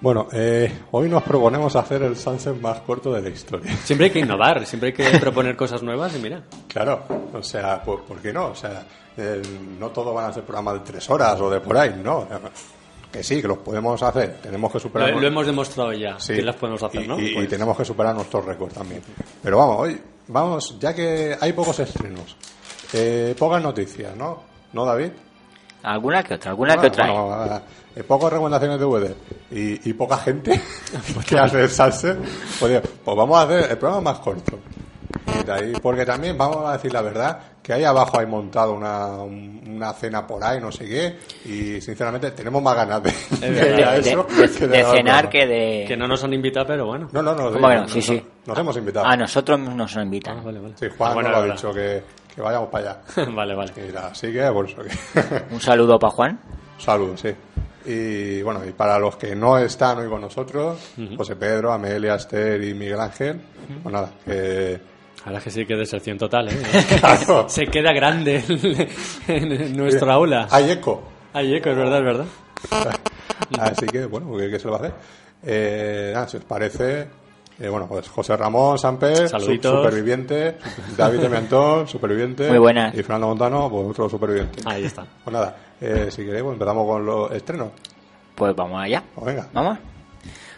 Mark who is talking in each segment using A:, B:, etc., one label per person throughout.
A: Bueno, eh, hoy nos proponemos hacer el sunset más corto de la historia.
B: Siempre hay que innovar, siempre hay que proponer cosas nuevas y mira.
A: Claro, o sea, pues, ¿por qué no? O sea, eh, no todo van a ser programas de tres horas o de por ahí, ¿no? O sea, que sí, que los podemos hacer, tenemos que superar...
B: Lo, lo hemos demostrado ya, que las podemos hacer,
A: y,
B: ¿no?
A: y- y
B: Pues-
A: tenemos que superar nuestros récords también. Pero vamos, hoy, vamos, ya que hay pocos estrenos, eh, pocas noticias, ¿no? ¿No, David?
C: Alguna que otra, alguna que
A: Bueno,
C: otra. hay.
A: bueno, ah, eh, pocas recomendaciones de VD y, y poca gente que hace el salsa. Pues, digo, pues vamos a hacer el programa más corto. Y de ahí- porque también vamos a decir la verdad que ahí abajo hay montado una, un- una cena por ahí, no sé qué, y sinceramente tenemos más ganas de, de,
C: De,
A: ir a
C: Eh, de-
A: eso
C: de-
A: que de
C: de
A: dar el
C: cenar
A: programa.
C: que de...
B: Que no nos han invitado, pero bueno.
A: No, no, no.
C: ¿Cómo que no?
A: nos-
C: Sí, Ah, sí.
A: Nos hemos invitado.
C: A nosotros nos lo invitan.
B: Ah, vale, vale.
A: Sí, Juan
B: Ah, bueno,
A: no lo ha
B: verdad.
A: dicho, que, que vayamos para allá.
B: vale, vale.
A: Y nada, así que, por eso que...
C: Un saludo para Juan.
A: Saludos, sí. Y bueno, y para los que no están hoy con nosotros, José Pedro, Amelia, Esther y Miguel Ángel, pues nada, que...
B: Ahora que sí que deserción total, ¿eh?
A: Claro.
B: Se queda grande en, en nuestra aula.
A: Hay eco.
B: Hay eco, es verdad, es verdad.
A: Así que, bueno, ¿qué, qué se le va a hacer? Eh, nada, si os parece, eh, bueno, pues José Ramón Samper, su-
B: Saluditos.
A: superviviente, David Emiantón, superviviente,
C: Muy buenas.
A: y Fernando Montano, pues otro superviviente.
B: Ahí está.
A: Pues nada, eh, si queréis, pues empezamos con los estrenos.
C: Pues vamos allá.
A: Pues venga.
C: Vamos.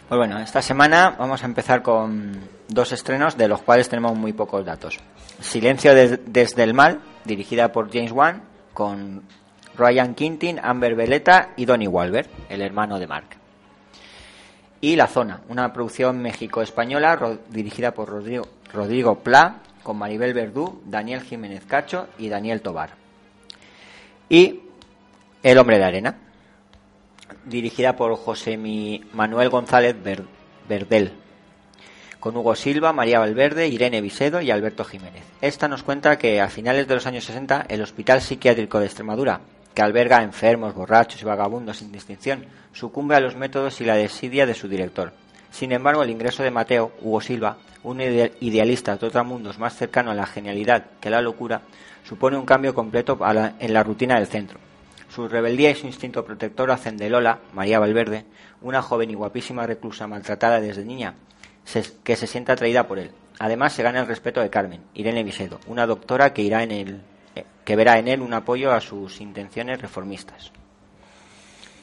C: Pues bueno, esta semana vamos a empezar con dos estrenos de los cuales tenemos muy pocos datos. Silencio de- desde el mal, dirigida por James Wan, con Ryan Quintin, Amber Veleta y Donnie Wahlberg, el hermano de Mark. Y La Zona, una producción México-española ro- dirigida por Rodrigo, Rodrigo Pla, con Maribel Verdú, Daniel Jiménez Cacho y Daniel Tobar. Y El Hombre de Arena, dirigida por José Mi- Manuel González Ver- Verdel, con Hugo Silva, María Valverde, Irene Vicedo y Alberto Jiménez. Esta nos cuenta que a finales de los años 60 el Hospital Psiquiátrico de Extremadura, que alberga a enfermos, borrachos y vagabundos sin distinción, sucumbe a los métodos y la desidia de su director. Sin embargo, el ingreso de Mateo, Hugo Silva, un ide- idealista de otros mundos más cercano a la genialidad que a la locura, supone un cambio completo a la- en la rutina del centro. Su rebeldía y su instinto protector hacen de Lola, María Valverde, una joven y guapísima reclusa maltratada desde niña, se- que se sienta atraída por él. Además, se gana el respeto de Carmen, Irene Vicedo, una doctora que, irá en el, eh, que verá en él un apoyo a sus intenciones reformistas.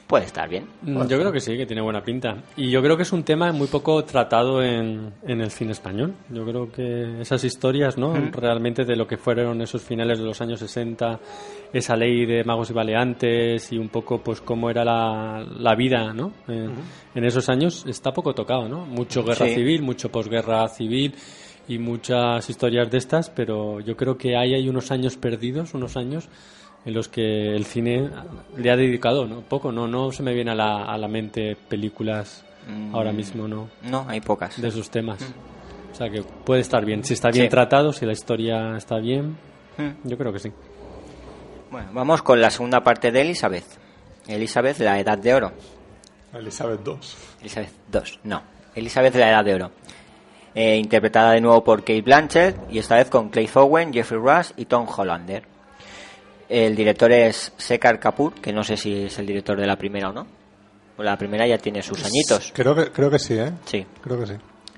C: Puede estar bien.
B: Mm, Yo creo que sí, que tiene buena pinta. Y yo creo que es un tema muy poco tratado en, en el cine español. Yo creo que esas historias, ¿no? Realmente de lo que fueron esos finales de los años 60, esa ley de magos y baleantes y un poco, pues, cómo era la, la vida, ¿no? Eh, En esos años está poco tocado, ¿no? Mucho guerra
C: Sí.
B: civil, mucho posguerra civil y muchas historias de estas, pero yo creo que ahí hay unos años perdidos, unos años en los que el cine le ha dedicado ¿no? poco, no no se me viene a la, a la mente películas
C: Mm.
B: ahora mismo no
C: No, hay pocas.
B: de esos temas. O sea que puede estar bien, si está bien
C: Sí.
B: tratado, si la historia está bien,
C: Mm.
B: yo creo que sí.
C: Bueno, vamos con la segunda parte de Elizabeth. Elizabeth, la edad de oro.
A: Elizabeth II.
C: Elizabeth II, no. Elizabeth de la Edad de Oro. Eh, interpretada de nuevo por Kate Blanchett y esta vez con Clay Owen, Jeffrey Rush y Tom Hollander. El director es Sekar Kapoor, que no sé si es el director de la primera o no. Pues La primera ya tiene sus añitos.
A: Creo que, creo que sí, ¿eh?
C: Sí.
A: Creo que sí.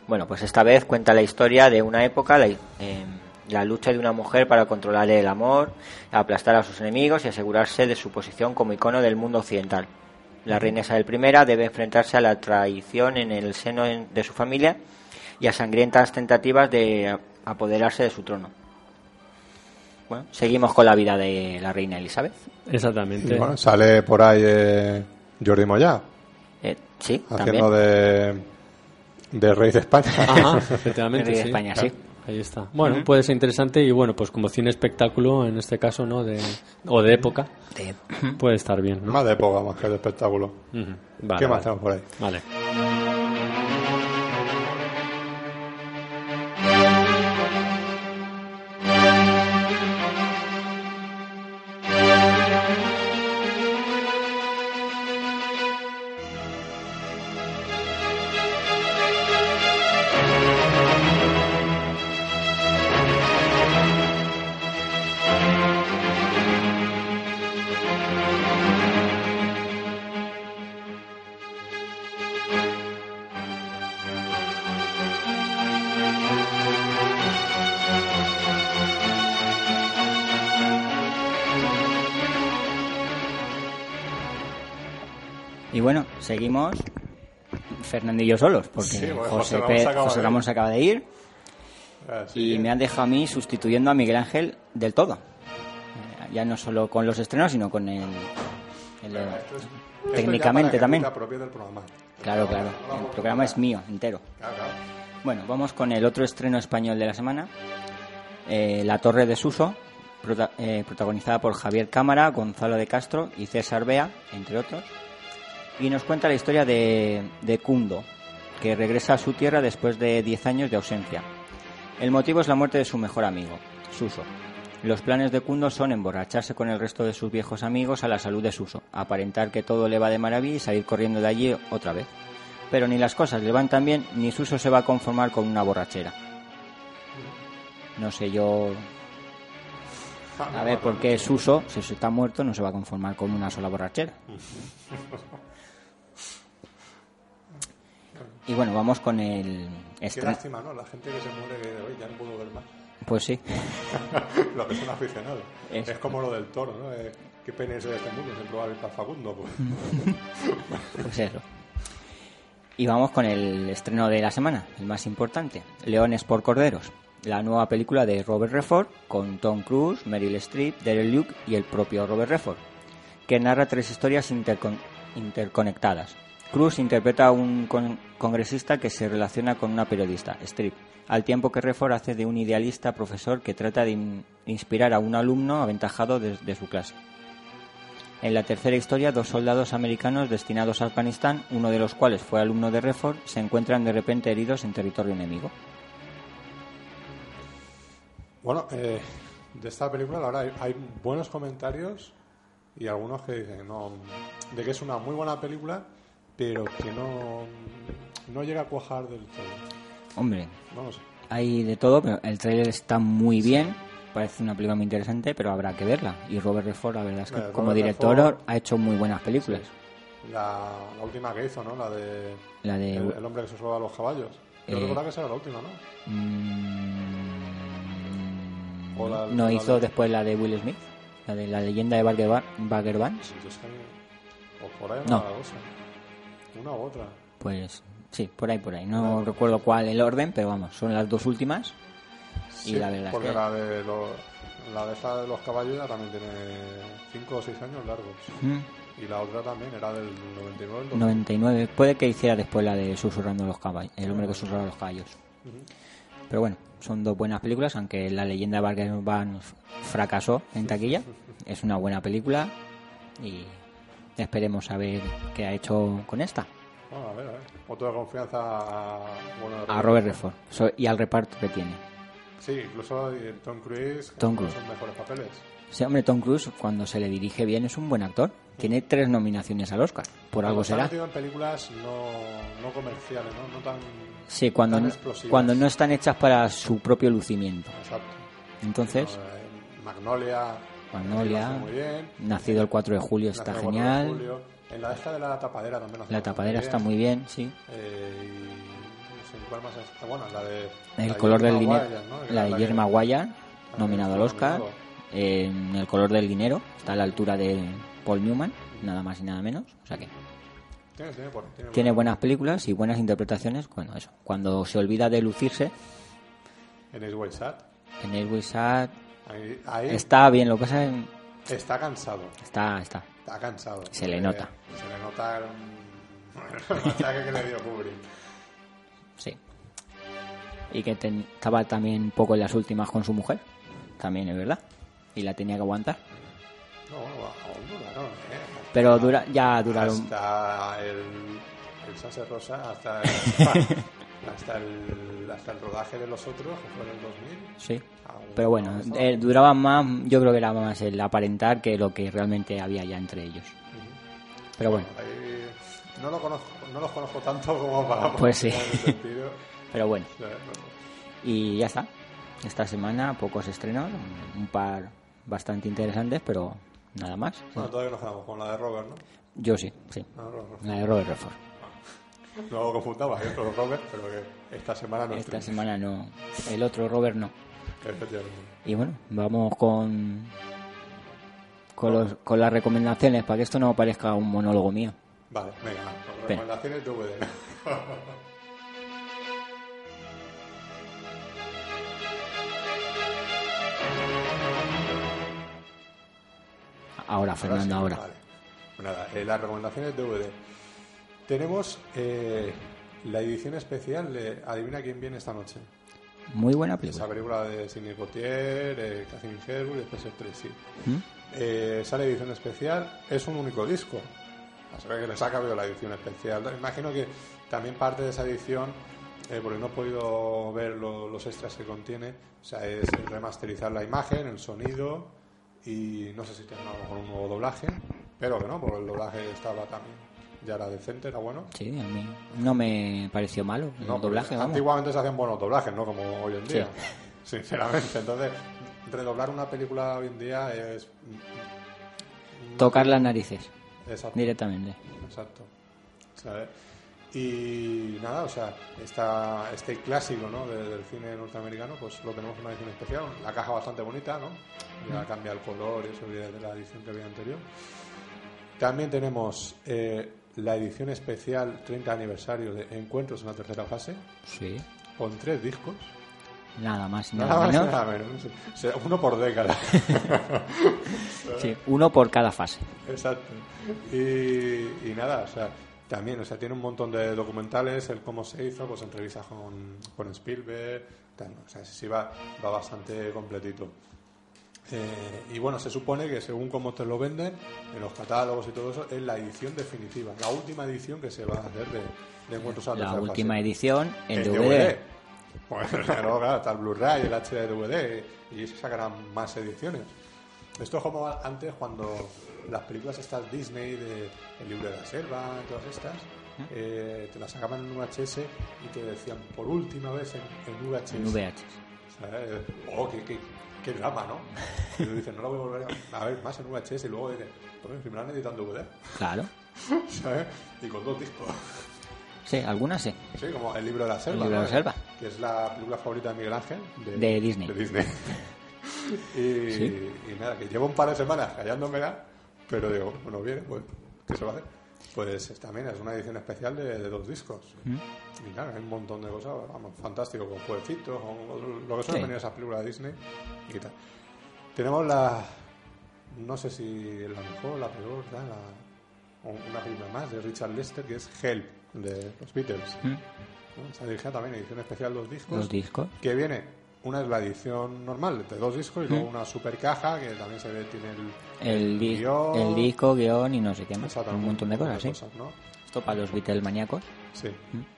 C: Bueno, pues esta vez cuenta la historia de una época, la, eh, la lucha de una mujer para controlar el amor, aplastar a sus enemigos y asegurarse de su posición como icono del mundo occidental. La reina Isabel I debe enfrentarse a la traición en el seno en- de su familia y a sangrientas tentativas de a- apoderarse de su trono. Bueno, seguimos con la vida de la reina Elizabeth.
A: Y
B: Exactamente.
A: bueno, sale por ahí eh, Jordi Moyá,
C: Eh, sí, también.
A: haciendo de, de rey de España.
B: Ajá, efectivamente.
C: Rey de
B: sí.
C: España, sí.
B: Ahí está. Bueno, puede ser interesante y bueno, pues como cine espectáculo en este caso, ¿no? De, o de época,
C: De-
B: puede estar bien, ¿no?
A: más de época, más que de espectáculo.
B: Ujú. Vale,
A: ¿Qué más
B: vale.
A: tenemos por ahí?
B: Vale.
C: Y bueno, seguimos Fernando y yo solos, porque
A: Sí, bueno, José
C: José,
A: Ramos
C: Pe-
A: acaba
C: José
A: de ir.
C: Ramos acaba de ir
A: Así
C: y
A: que-
C: me han dejado a mí sustituyendo a Miguel Ángel del todo. Eh, Ya no solo con los estrenos, sino con el... el-
A: Esto es- esto
C: técnicamente
A: ya para
C: también.
A: ejecuta propia del programa.
C: Claro, claro. El programa es mío, entero.
A: Claro, claro.
C: Bueno, vamos con el otro estreno español de la semana, eh, La Torre de Suso, prota- eh, protagonizada por Javier Cámara, Gonzalo de Castro y César Bea, entre otros, y nos cuenta la historia de, de Cundo, que regresa a su tierra después de 10 años de ausencia. El motivo es la muerte de su mejor amigo, Suso. Los planes de Cundo son emborracharse con el resto de sus viejos amigos a la salud de Suso, aparentar que todo le va de maravilla y salir corriendo de allí otra vez. Pero ni las cosas le van tan bien, ni Suso se va a conformar con una borrachera. No sé yo. A ver, ¿por qué Suso, si se está muerto, no se va a conformar con una sola borrachera? Y bueno, vamos con el.
A: Qué
C: estreno.
A: lástima, ¿no? La gente que se muere que hoy ya no puedo ver más.
C: Pues sí.
A: Lo que son aficionados. Es,
C: Es-
A: como lo del toro, ¿no? Eh, qué pena eso de este mundo, siempre va a haber para Facundo. Pues.
C: Pues eso. Y vamos con el estreno de la semana, el más importante, Leones por Corderos, la nueva película de Robert Redford con Tom Cruise, Meryl Streep, Derek Luke y el propio Robert Redford, que narra tres historias intercon- interconectadas. Cruz interpreta a un con- congresista que se relaciona con una periodista, Streep, al tiempo que Redford hace de un idealista profesor que trata de in- inspirar a un alumno aventajado desde su clase. En la tercera historia, dos soldados americanos destinados a Afganistán, uno de los cuales fue alumno de Redford, se encuentran de repente heridos en territorio enemigo.
A: Bueno, eh, de esta película, la verdad, hay, hay buenos comentarios y algunos que dicen no, de que es una muy buena película, pero que no, no llega a cuajar del todo.
C: Hombre,
A: No lo sé.
C: hay de todo, pero el tráiler está muy bien. Parece una película muy interesante, pero habrá que verla. Y Robert Redford, la verdad es que
A: Eh,
C: como
A: Robert
C: director
A: Redford-
C: ha hecho muy buenas películas.
A: La, la última que hizo, ¿no? La de.
C: La de-
A: El, el hombre que se sube a los caballos. Yo
C: Eh.
A: recordaba que esa era la última, ¿no?
C: Mm,
A: O la-
C: no
A: la
C: hizo
A: de-
C: después la de Will Smith, la de la leyenda de Bagger, Ba- Bagger Vance.
A: Yo es que- o por ahí
C: No.
A: no. la cosa. Una u otra.
C: Pues sí, por ahí, por ahí. No recuerdo cuál el orden, pero vamos, son las dos últimas.
A: Sí,
C: la verdad es
A: porque
C: que-
A: la de los, la de esta de los caballos ya también tiene 5 o 6 años largos.
C: Mm.
A: Y la otra también era del 99 al 2000.
C: 99. Puede que hiciera después la de Susurrando los caballos, el hombre que susurra los caballos. Pero bueno, son dos buenas películas, aunque la leyenda de Barker Vance fracasó en taquilla. Es una buena película y esperemos a ver qué ha hecho con esta.
A: Bueno, a ver, a ver. Otro de confianza a, bueno,
C: A Robert Redford so- y al reparto que tiene.
A: Sí, incluso y Tom Cruise.
C: Tom
A: que
C: Cruise.
A: Son mejores papeles.
C: Sí, hombre, Tom Cruise, cuando se le dirige bien, es un buen actor. Tiene tres nominaciones al Oscar. Por algo
A: Cuando se ha
C: será.
A: metido en películas no, no comerciales, ¿no? No tan.
C: Sí, cuando,
A: tan
C: no-
A: explosivas.
C: cuando no están hechas para su propio lucimiento.
A: Exacto.
C: Entonces,
A: Eh, Magnolia.
C: Magnolia,
A: lo hace Muy bien.
C: nacido el 4 de julio está
A: Nació el 4 de
C: genial.
A: julio. En la esta de la tapadera también. lo hace
C: La
A: bastante
C: tapadera está muy bien, sí.
A: Eh, y no sé cuál más es. Bueno, la de. la
C: El
A: de
C: color del
A: Yerma
C: dinero.
A: Guayas, ¿no? Que
C: La
A: era
C: de
A: que-
C: Yerma Guayar,
A: que
C: nominado al
A: estuvo
C: Oscar.
A: nominado.
C: En el color del dinero está a la altura de Paul Newman, nada más y nada menos. O sea que
A: Tiene, tiene, por- tiene
C: tiene
A: buena-
C: buenas películas y buenas interpretaciones. Bueno, eso. Cuando se olvida de lucirse,
A: En Is Way Sad.
C: en el Wizard
A: Ahí, ahí está.
C: está bien. Lo que pasa es
A: cansado.
C: está, está.
A: Está cansado. Eh,
C: Se le nota.
A: Se le nota el, el ataque que le dio Kubrick.
C: Sí. Y que ten- estaba también un poco en las últimas con su mujer. También es verdad. Y la tenía que aguantar.
A: No, bueno, aún duraron, ¿eh?
C: Pero dura, Ah, ya duraron.
A: Hasta el, el Sunset Rosa, hasta el, hasta, el, hasta el rodaje de los otros, que fue en el 2000.
C: Sí.
A: aún no
C: Pero Ah, bueno,
A: estaba.
C: eh, duraba más, yo creo que era más el aparentar que lo que realmente había ya entre ellos. Pero bueno,
A: Ahí no, lo conozco, no los conozco tanto como para...
C: Pues sí.
A: en ese sentido.
C: pero bueno.
A: O sea, no.
C: Y ya está. Esta semana pocos estrenos, un par bastante interesantes, pero nada más.
A: Bueno, todavía nos quedamos con la de Robert, ¿no?
C: Yo sí, sí.
A: No, no, no.
C: La de Robert Redford.
A: No lo confundaba, que otro Robert, pero que esta semana no
C: Esta
A: estoy.
C: semana no. El otro Robert no.
A: Efectivamente.
C: Y bueno, vamos con con, los- con las recomendaciones para que esto no parezca un monólogo mío.
A: Vale, venga,
C: Venga.
A: recomendaciones DVD.
C: Ahora, Fernando,
A: sí,
C: ahora.
A: vale. Pues nada, eh, las recomendaciones DVD. Tenemos eh, la edición especial de Adivina quién viene esta noche.
C: Muy buena
A: Esa
C: película.
A: película de Sidney Poitier, eh, Catherine Hepburn y Spencer Tracy.
C: ¿Mm?
A: Eh, sale edición especial, es un único disco. A saber que les ha cabido la edición especial. Imagino que también parte de esa edición, eh, porque no he podido ver lo- los extras que contiene, o sea, es remasterizar la imagen, el sonido y no sé si tendrá a lo mejor un nuevo doblaje, pero que no, porque el doblaje estaba también, ya era decente, era bueno.
C: Sí, a mí no me pareció malo el
A: No,
C: doblaje,
A: porque
C: vamos.
A: Antiguamente se hacían buenos doblajes, no como hoy en día. Sinceramente, entonces redoblar una película hoy en día es
C: Tocar las narices
A: Exacto.
C: directamente.
A: Exacto. ¿Sabes? Y nada, o sea, esta, este clásico ¿no? de- del cine norteamericano, pues lo tenemos en una edición especial, la caja bastante bonita, ¿no? Ya cambia el color y eso de la edición que había anterior. También tenemos eh, la edición especial 30 aniversario de Encuentros en la tercera fase,
C: Sí.
A: con tres discos.
C: Nada más, y nada,
A: Nada más y
C: menos.
A: nada menos. O sea, uno por década.
C: Sí, uno por cada fase.
A: Exacto. Y, y nada, o sea, también, o sea, tiene un montón de documentales, el cómo se hizo, pues entrevistas con, con Spielberg, tal, o sea, sí, sí va, va bastante completito. Eh, y bueno, se supone que según cómo te lo venden, en los catálogos y todo eso, es la edición definitiva, la última edición que se va a hacer de, de Encuentros a la
C: La
A: Tercera
C: última
A: Fase.
C: edición en
A: El
C: DVD.
A: Bueno, Pues, claro, claro, está el Blu-ray, el HD DVD y sacarán más ediciones. Esto es como antes cuando las películas estas Disney de El libro de la selva, todas estas, eh, te las sacaban en VHS y te decían por última vez en, en VHS.
C: En VH.
A: ¿Sabes? Oh, qué, qué, qué drama, ¿no? Y tú dices, no lo voy a volver a ver más en VHS y luego dices, pues si me lo han editado en DVD,
C: Claro.
A: ¿sabes? Y con dos discos.
C: Sí, algunas sí.
A: Sí, como El libro de la selva.
C: El libro de la
A: ¿no?
C: selva.
A: Que es la película favorita de Miguel Ángel. De,
C: De Disney.
A: de Disney. y,
C: Sí.
A: y nada, que llevo un par de semanas callándomela, pero digo, bueno, viene, pues, ¿qué se va a hacer? Pues es- también es una edición especial de, de dos discos.
C: Mm.
A: Y claro, hay un montón de cosas, vamos, fantástico, con jueguecitos, con lo que son
C: Sí.
A: venido esas películas de Disney y tal. Tenemos la, no sé si la mejor, la peor, tal, la- un- una película más de Richard Lester que es Help, de los Beatles.
C: ¿Mm?
A: ¿no? Se dirigía también edición especial dos discos.
C: Los discos.
A: Que viene, una es la edición normal de dos discos y luego una super caja que también se ve, tiene el.
C: El, di-
A: guión.
C: el disco, guión y no sé qué más.
A: Exacto,
C: Un montón de cosas, sí.
A: ¿no?
C: Esto para los Beatles maníacos.
A: Sí.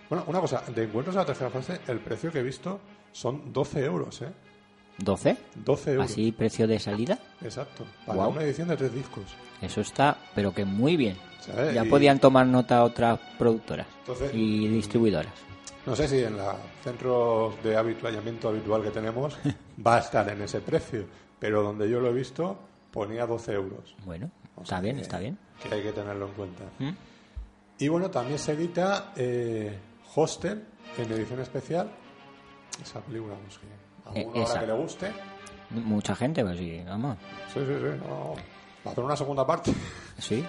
A: Bueno, una cosa, de encuentros a la tercera fase, el precio que he visto son 12 euros, ¿eh?
C: 12.
A: 12 euros.
C: Así, precio de salida.
A: Exacto. Para
C: Guau.
A: una edición de tres discos.
C: Eso está, pero que muy bien.
A: ¿Sabes?
C: Ya
A: Y-
C: podían tomar nota otras productoras
A: Entonces-
C: y distribuidoras.
A: No sé si en los centros de habituallamiento habitual que tenemos va a estar en ese precio, pero donde yo lo he visto ponía 12 euros.
C: Bueno,
A: O sea
C: está bien,
A: que-
C: está bien.
A: Que hay que tenerlo en cuenta.
C: ¿Mm?
A: Y bueno, también se edita eh, Hostel en edición especial. Esa película, pues que
C: Eh,
A: a uno ahora
C: esa.
A: que le guste.
C: Mucha gente, pues sí, vamos.
A: Sí, sí, sí. No, va a hacer una segunda parte.
C: Sí,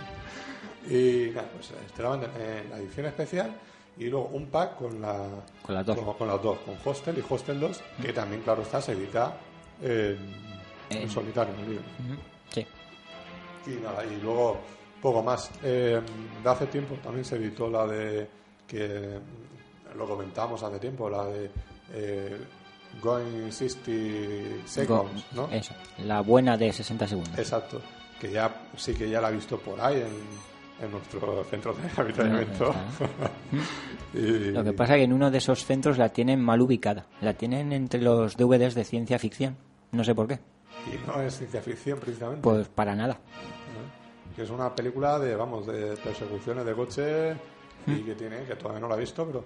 A: Y nada, pues eh, te la mandan en la edición especial y luego un pack con, la,
C: Con las dos. Mm.
A: Con, con las dos, con Hostel y Hostel 2, que también, claro está, se edita en, en
C: En-
A: solitario, en el libro.
C: ujú, sí.
A: Y nada, y luego poco más. Eh, de hace tiempo también se editó la de, que mm, lo comentamos hace tiempo, la de eh, Going 60 Seconds,
C: Go-
A: ¿no?
C: Eso, la buena de 60 segundos.
A: Exacto, que ya sí que ya la he visto por ahí en, en nuestro centro de habitamiento. Y-
C: ¿eh? Lo que pasa es que en uno de esos centros la tienen mal ubicada. La tienen entre los DVDs de ciencia ficción. No sé por qué.
A: y no es ciencia ficción precisamente.
C: Pues para nada.
A: que es una película de, vamos, de persecuciones de coche y
C: Hmm.
A: que tiene, que todavía no la he visto, pero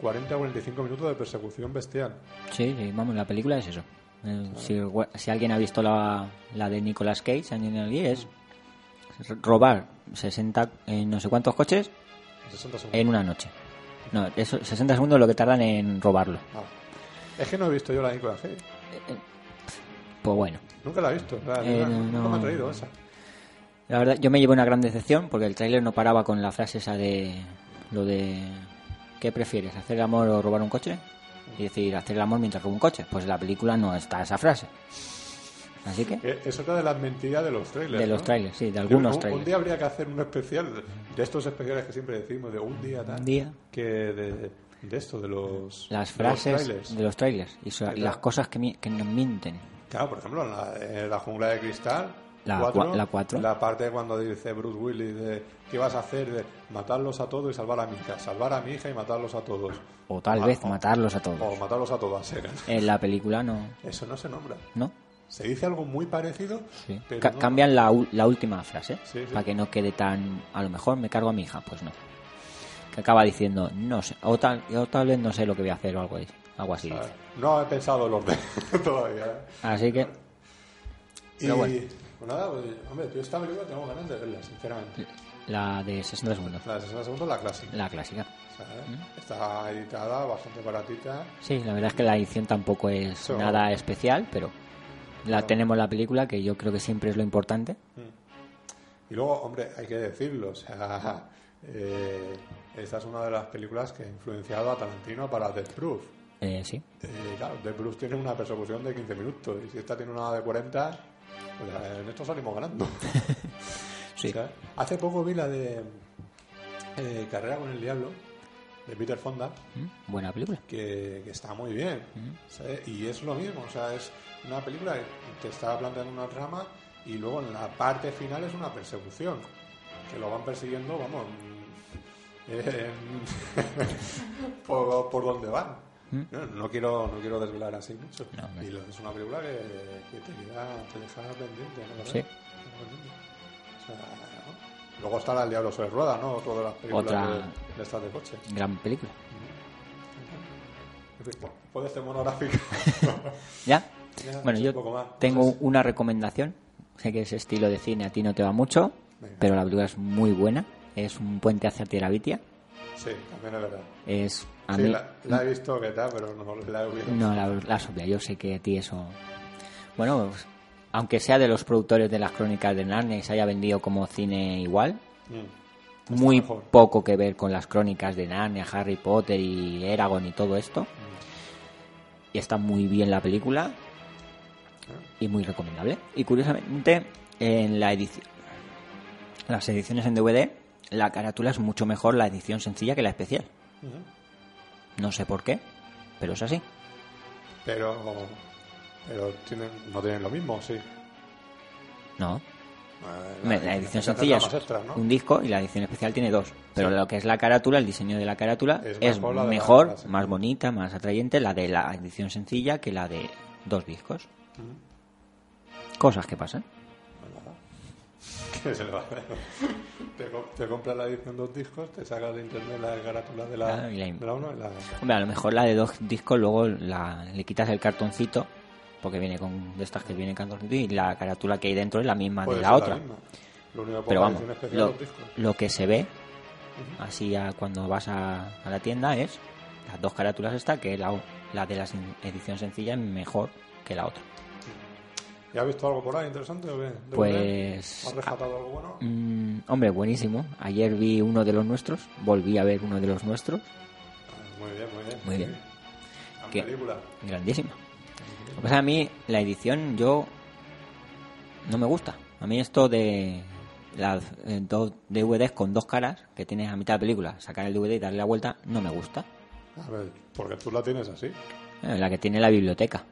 A: 40 o 45 minutos de persecución bestial.
C: Sí, sí, vamos, la película es eso. Eh, Si, gua- si alguien ha visto la, la de Nicolas Cage, Angelina Jolie, es robar 60, eh, no sé cuántos coches
A: 60 segundos.
C: en una noche. No, eso, 60 segundos es lo que tardan en robarlo.
A: Ah. Es que no he visto yo la de Nicolas Cage.
C: Pues bueno.
A: Nunca la he visto. La-
C: Eh,
A: la-
C: no,
A: nunca me
C: no.
A: ha traído esa.
C: La verdad, yo me llevé una gran decepción porque el tráiler no paraba con la frase esa de lo de ¿qué prefieres? ¿Hacer el amor o robar un coche? Y decir, hacer el amor mientras robo un coche. Pues en la película no está esa frase. Así que
A: Eh, Es otra de las mentiras de los trailers.
C: de los
A: ¿no?
C: trailers, sí, de
A: Yo-
C: algunos
A: un,
C: trailers.
A: Un día habría que hacer un especial de estos especiales que siempre decimos, de un día tal.
C: Un día.
A: Que de, de esto, de los.
C: las
A: de los
C: frases
A: trailers.
C: de los trailers y, so- y
A: Claro.
C: las cosas que, mi- que nos mienten.
A: Claro, por ejemplo, la, eh, la jungla de cristal.
C: La
A: cuatro,
C: cua- la cuatro.
A: La parte cuando dice Bruce Willis de qué vas a hacer de matarlos a todos y salvar a mi hija, salvar a mi hija y matarlos a todos.
C: O tal
A: Ah,
C: vez
A: o-
C: matarlos a todos.
A: O matarlos a todas. era.
C: En la película no.
A: Eso no se nombra.
C: ¿No?
A: Se dice algo muy parecido,
C: Sí.
A: pero
C: Ca-
A: no-
C: cambian la, u- la última frase
A: Sí, sí.
C: para que no quede tan. A lo mejor me cargo a mi hija, pues no. Que acaba diciendo, no sé, o tal, o tal vez no sé lo que voy a hacer o algo, así- algo así.
A: A ver,
C: dice.
A: No he pensado el orden todavía.
C: Así que,
A: Y
C: Pero bueno.
A: pues nada, pues, hombre, yo esta película tengo ganas de verla, sinceramente.
C: la de 60 segundos,
A: La de 60 segundos, la clásica.
C: la Mm. clásica.
A: O sea, ¿eh? Está editada, bastante baratita.
C: Sí, la verdad es que la edición tampoco es
A: Eso.
C: nada especial, pero la tenemos la película, que yo creo que siempre es lo importante.
A: Y luego, hombre, hay que decirlo, o sea, eh, esta es una de las películas que ha influenciado a Tarantino para Death Proof.
C: Eh, sí,
A: Eh, claro, Death Proof tiene una persecución de 15 minutos y si esta tiene una de 40, pues, eh, en esto salimos ganando.
C: Sí.
A: O sea, hace poco vi la de eh, Carrera con el Diablo, de Peter Fonda,
C: Mm, buena película.
A: que, que está muy bien. ¿sabes? Y es lo mismo, o sea, es una película que te está planteando una trama y luego en la parte final es una persecución, que lo van persiguiendo, vamos, mm, eh, por, por donde van. No, no quiero no quiero desvelar así mucho.
C: No, hombre.
A: y lo- es una película que, que te, queda- te deja pendiente, ¿no? ¿Verdad?
C: Sí.
A: O sea, ¿no? Luego está la El Diablo sobre Rueda, ¿no? Otra de las películas
C: Otra-
A: de, de estas de coche.
C: Gran película.
A: En fin, Puede ser monográfico.
C: ¿Ya?
A: Ya,
C: Bueno,
A: sí,
C: yo
A: un poco más.
C: tengo
A: Entonces-
C: una recomendación. Sé que ese estilo de cine a ti no te va mucho,
A: Venga.
C: pero la película es muy buena. Es un puente hacia Tirabitia.
A: sí, también es verdad.
C: Es a
A: sí,
C: mí
A: la, la he visto que tal, pero no la he oído.
C: no la, la has obviado. Yo sé que a ti eso. Bueno, pues, aunque sea de los productores de las crónicas de Narnia y se haya vendido como cine igual,
A: Mm,
C: muy
A: mejor.
C: poco que ver con las crónicas de Narnia, Harry Potter y Eragon y todo esto. Y está muy bien la película y muy recomendable. Y curiosamente, en la edición, las ediciones en DVD, la carátula es mucho mejor la edición sencilla que la especial.
A: mm.
C: No sé por qué, pero es así.
A: Pero, pero tienen, no tienen lo mismo, sí.
C: No.
A: Eh,
C: Hombre, La edición sencilla es
A: Más extra, ¿no?
C: un disco y la edición especial tiene dos. Pero lo que es la carátula, el diseño de la carátula,
A: Es
C: es,
A: mejor la de la-
C: mejor,
A: la sencilla.
C: más bonita, más atrayente la de la edición sencilla que la de dos discos. Cosas que pasan.
A: ¿Qué se le va a hacer? te, co- te compras la edición dos discos, te sacas de internet la carátula de la,
C: Ah, y la im-
A: de la uno y la...
C: Hombre, a lo mejor la de dos discos luego la, le quitas el cartoncito, porque viene con de estas que viene cartoncito, y la carátula que hay dentro es la misma
A: puede
C: de
A: ser
C: la otra.
A: misma. Lo único que
C: Pero
A: pongo
C: vamos,
A: edición especial
C: lo,
A: dos discos.
C: lo que se ve, así a- cuando vas a, a la tienda, es las dos carátulas esta, que la, la de la sen- edición sencilla es mejor que la otra.
A: ¿Ya has visto algo por ahí interesante o qué? ¿De
C: Pues-
A: ¿Has rescatado algo bueno?
C: Mm, hombre, buenísimo. Ayer vi uno de los nuestros, volví a ver uno de los nuestros,
A: Ah, Muy bien, muy bien.
C: Mm. Muy bien.
A: Gran
C: ¿Qué?
A: película.
C: grandísima. Lo que pasa a mí, la edición, yo. No me gusta. A mí esto de. Las eh, dos DVDs con dos caras que tienes a mitad de película, sacar el DVD y darle la vuelta, no me gusta.
A: A ver, porque tú la tienes así.
C: Eh, La que tiene la biblioteca.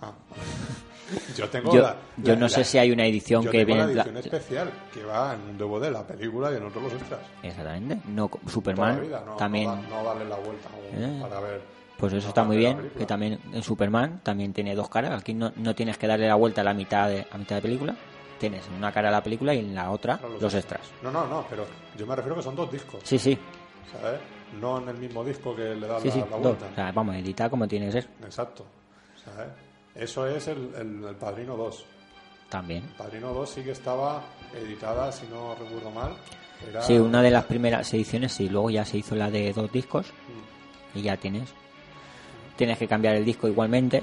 A: Ah. Yo tengo
C: Yo,
A: la-
C: yo
A: la-
C: no
A: la-
C: sé si hay una edición
A: yo
C: que
A: tengo
C: viene.
A: la edición
C: la-
A: especial que va en un DVD la película y en otros los extras.
C: Exactamente. No, co-
A: Toda
C: Superman
A: la vida, no,
C: también.
A: no, da- no darle la vuelta aún
C: Eh.
A: para ver.
C: Pues eso
A: la
C: está muy
A: parte de la
C: bien,
A: película.
C: que también en Superman también tiene dos caras. Aquí no, no tienes que darle la vuelta a la mitad de, a mitad de película. Tienes en una cara la película y en la otra
A: Claro,
C: los extras.
A: No, no, no, pero yo me refiero que son dos discos,
C: Sí, sí,
A: ¿sabes? No en el mismo disco que le da
C: sí,
A: la,
C: sí.
A: la
C: dos.
A: vuelta.
C: O sea, vamos, edita como tiene que ser.
A: Exacto. ¿sabes? Eso es el, el- el Padrino 2.
C: También.
A: Padrino 2 sí que estaba editada, si no recuerdo mal. Era...
C: Sí, una de las primeras ediciones, sí. Luego ya se hizo la de dos discos
A: Mm.
C: y ya tienes. Tienes que cambiar el disco igualmente,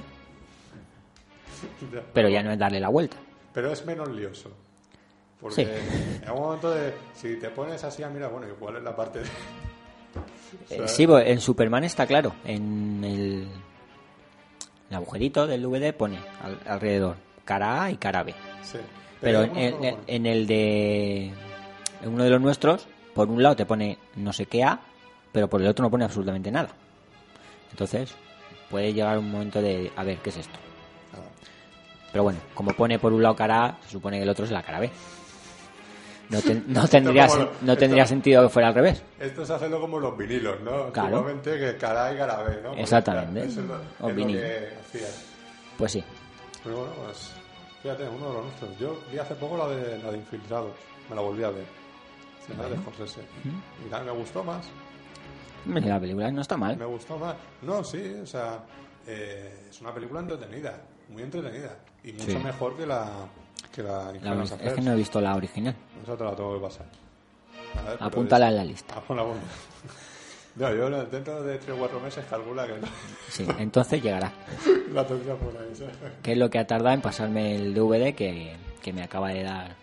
C: pero ya no es darle la vuelta.
A: Pero es menos lioso. Porque
C: Sí.
A: en algún momento de, si te pones así a mirar, bueno, ¿y cuál es la parte de-
C: Eh, sí, bo- en Superman está claro. En el, el agujerito del DVD pone al- alrededor cara A y cara B.
A: Sí.
C: Pero
A: algunos no
C: en,
A: lo
C: en-
A: ponen.
C: en el de. En uno de los nuestros, por un lado te pone no sé qué A, pero por el otro no pone absolutamente nada. Entonces, puede llegar un momento de. A ver, ¿qué es esto? Pero bueno, como pone por un lado cara A, se supone que el otro es la cara B. No, ten- no tendría,
A: como
C: sen-
A: lo-
C: no
A: esto-
C: tendría sentido que fuera al revés.
A: Esto es hacerlo como los vinilos, ¿no?
C: Claro.
A: Antiguamente que cara y cara B, ¿no? Porque,
C: Exactamente.
A: claro, Eso es lo,
C: O
A: es lo
C: vinilo.
A: que hacías.
C: Pues sí.
A: Pero bueno, pues fíjate, uno de los nuestros. Yo vi hace poco la de, la de Infiltrados, me la volví a ver. La de Scorsese. Y nada, me gustó más,
C: Hombre, La película no está mal.
A: me gustó más. No, sí, o sea, eh, es una película entretenida, muy entretenida. Y mucho
C: Sí.
A: mejor que la... Que la
C: La
A: Infernal
C: verdad es que no he visto la original.
A: Esa te la tengo que pasar. A ver, pero
C: Apúntala
A: es-
C: en la lista.
A: Ah, ponla, ponla. No, yo no- dentro de 3 o 4 meses calcula que la-
C: Sí, entonces llegará.
A: la tendría por ahí. ¿sabes?
C: Que es lo que ha tardado en pasarme el DVD que, que me acaba de dar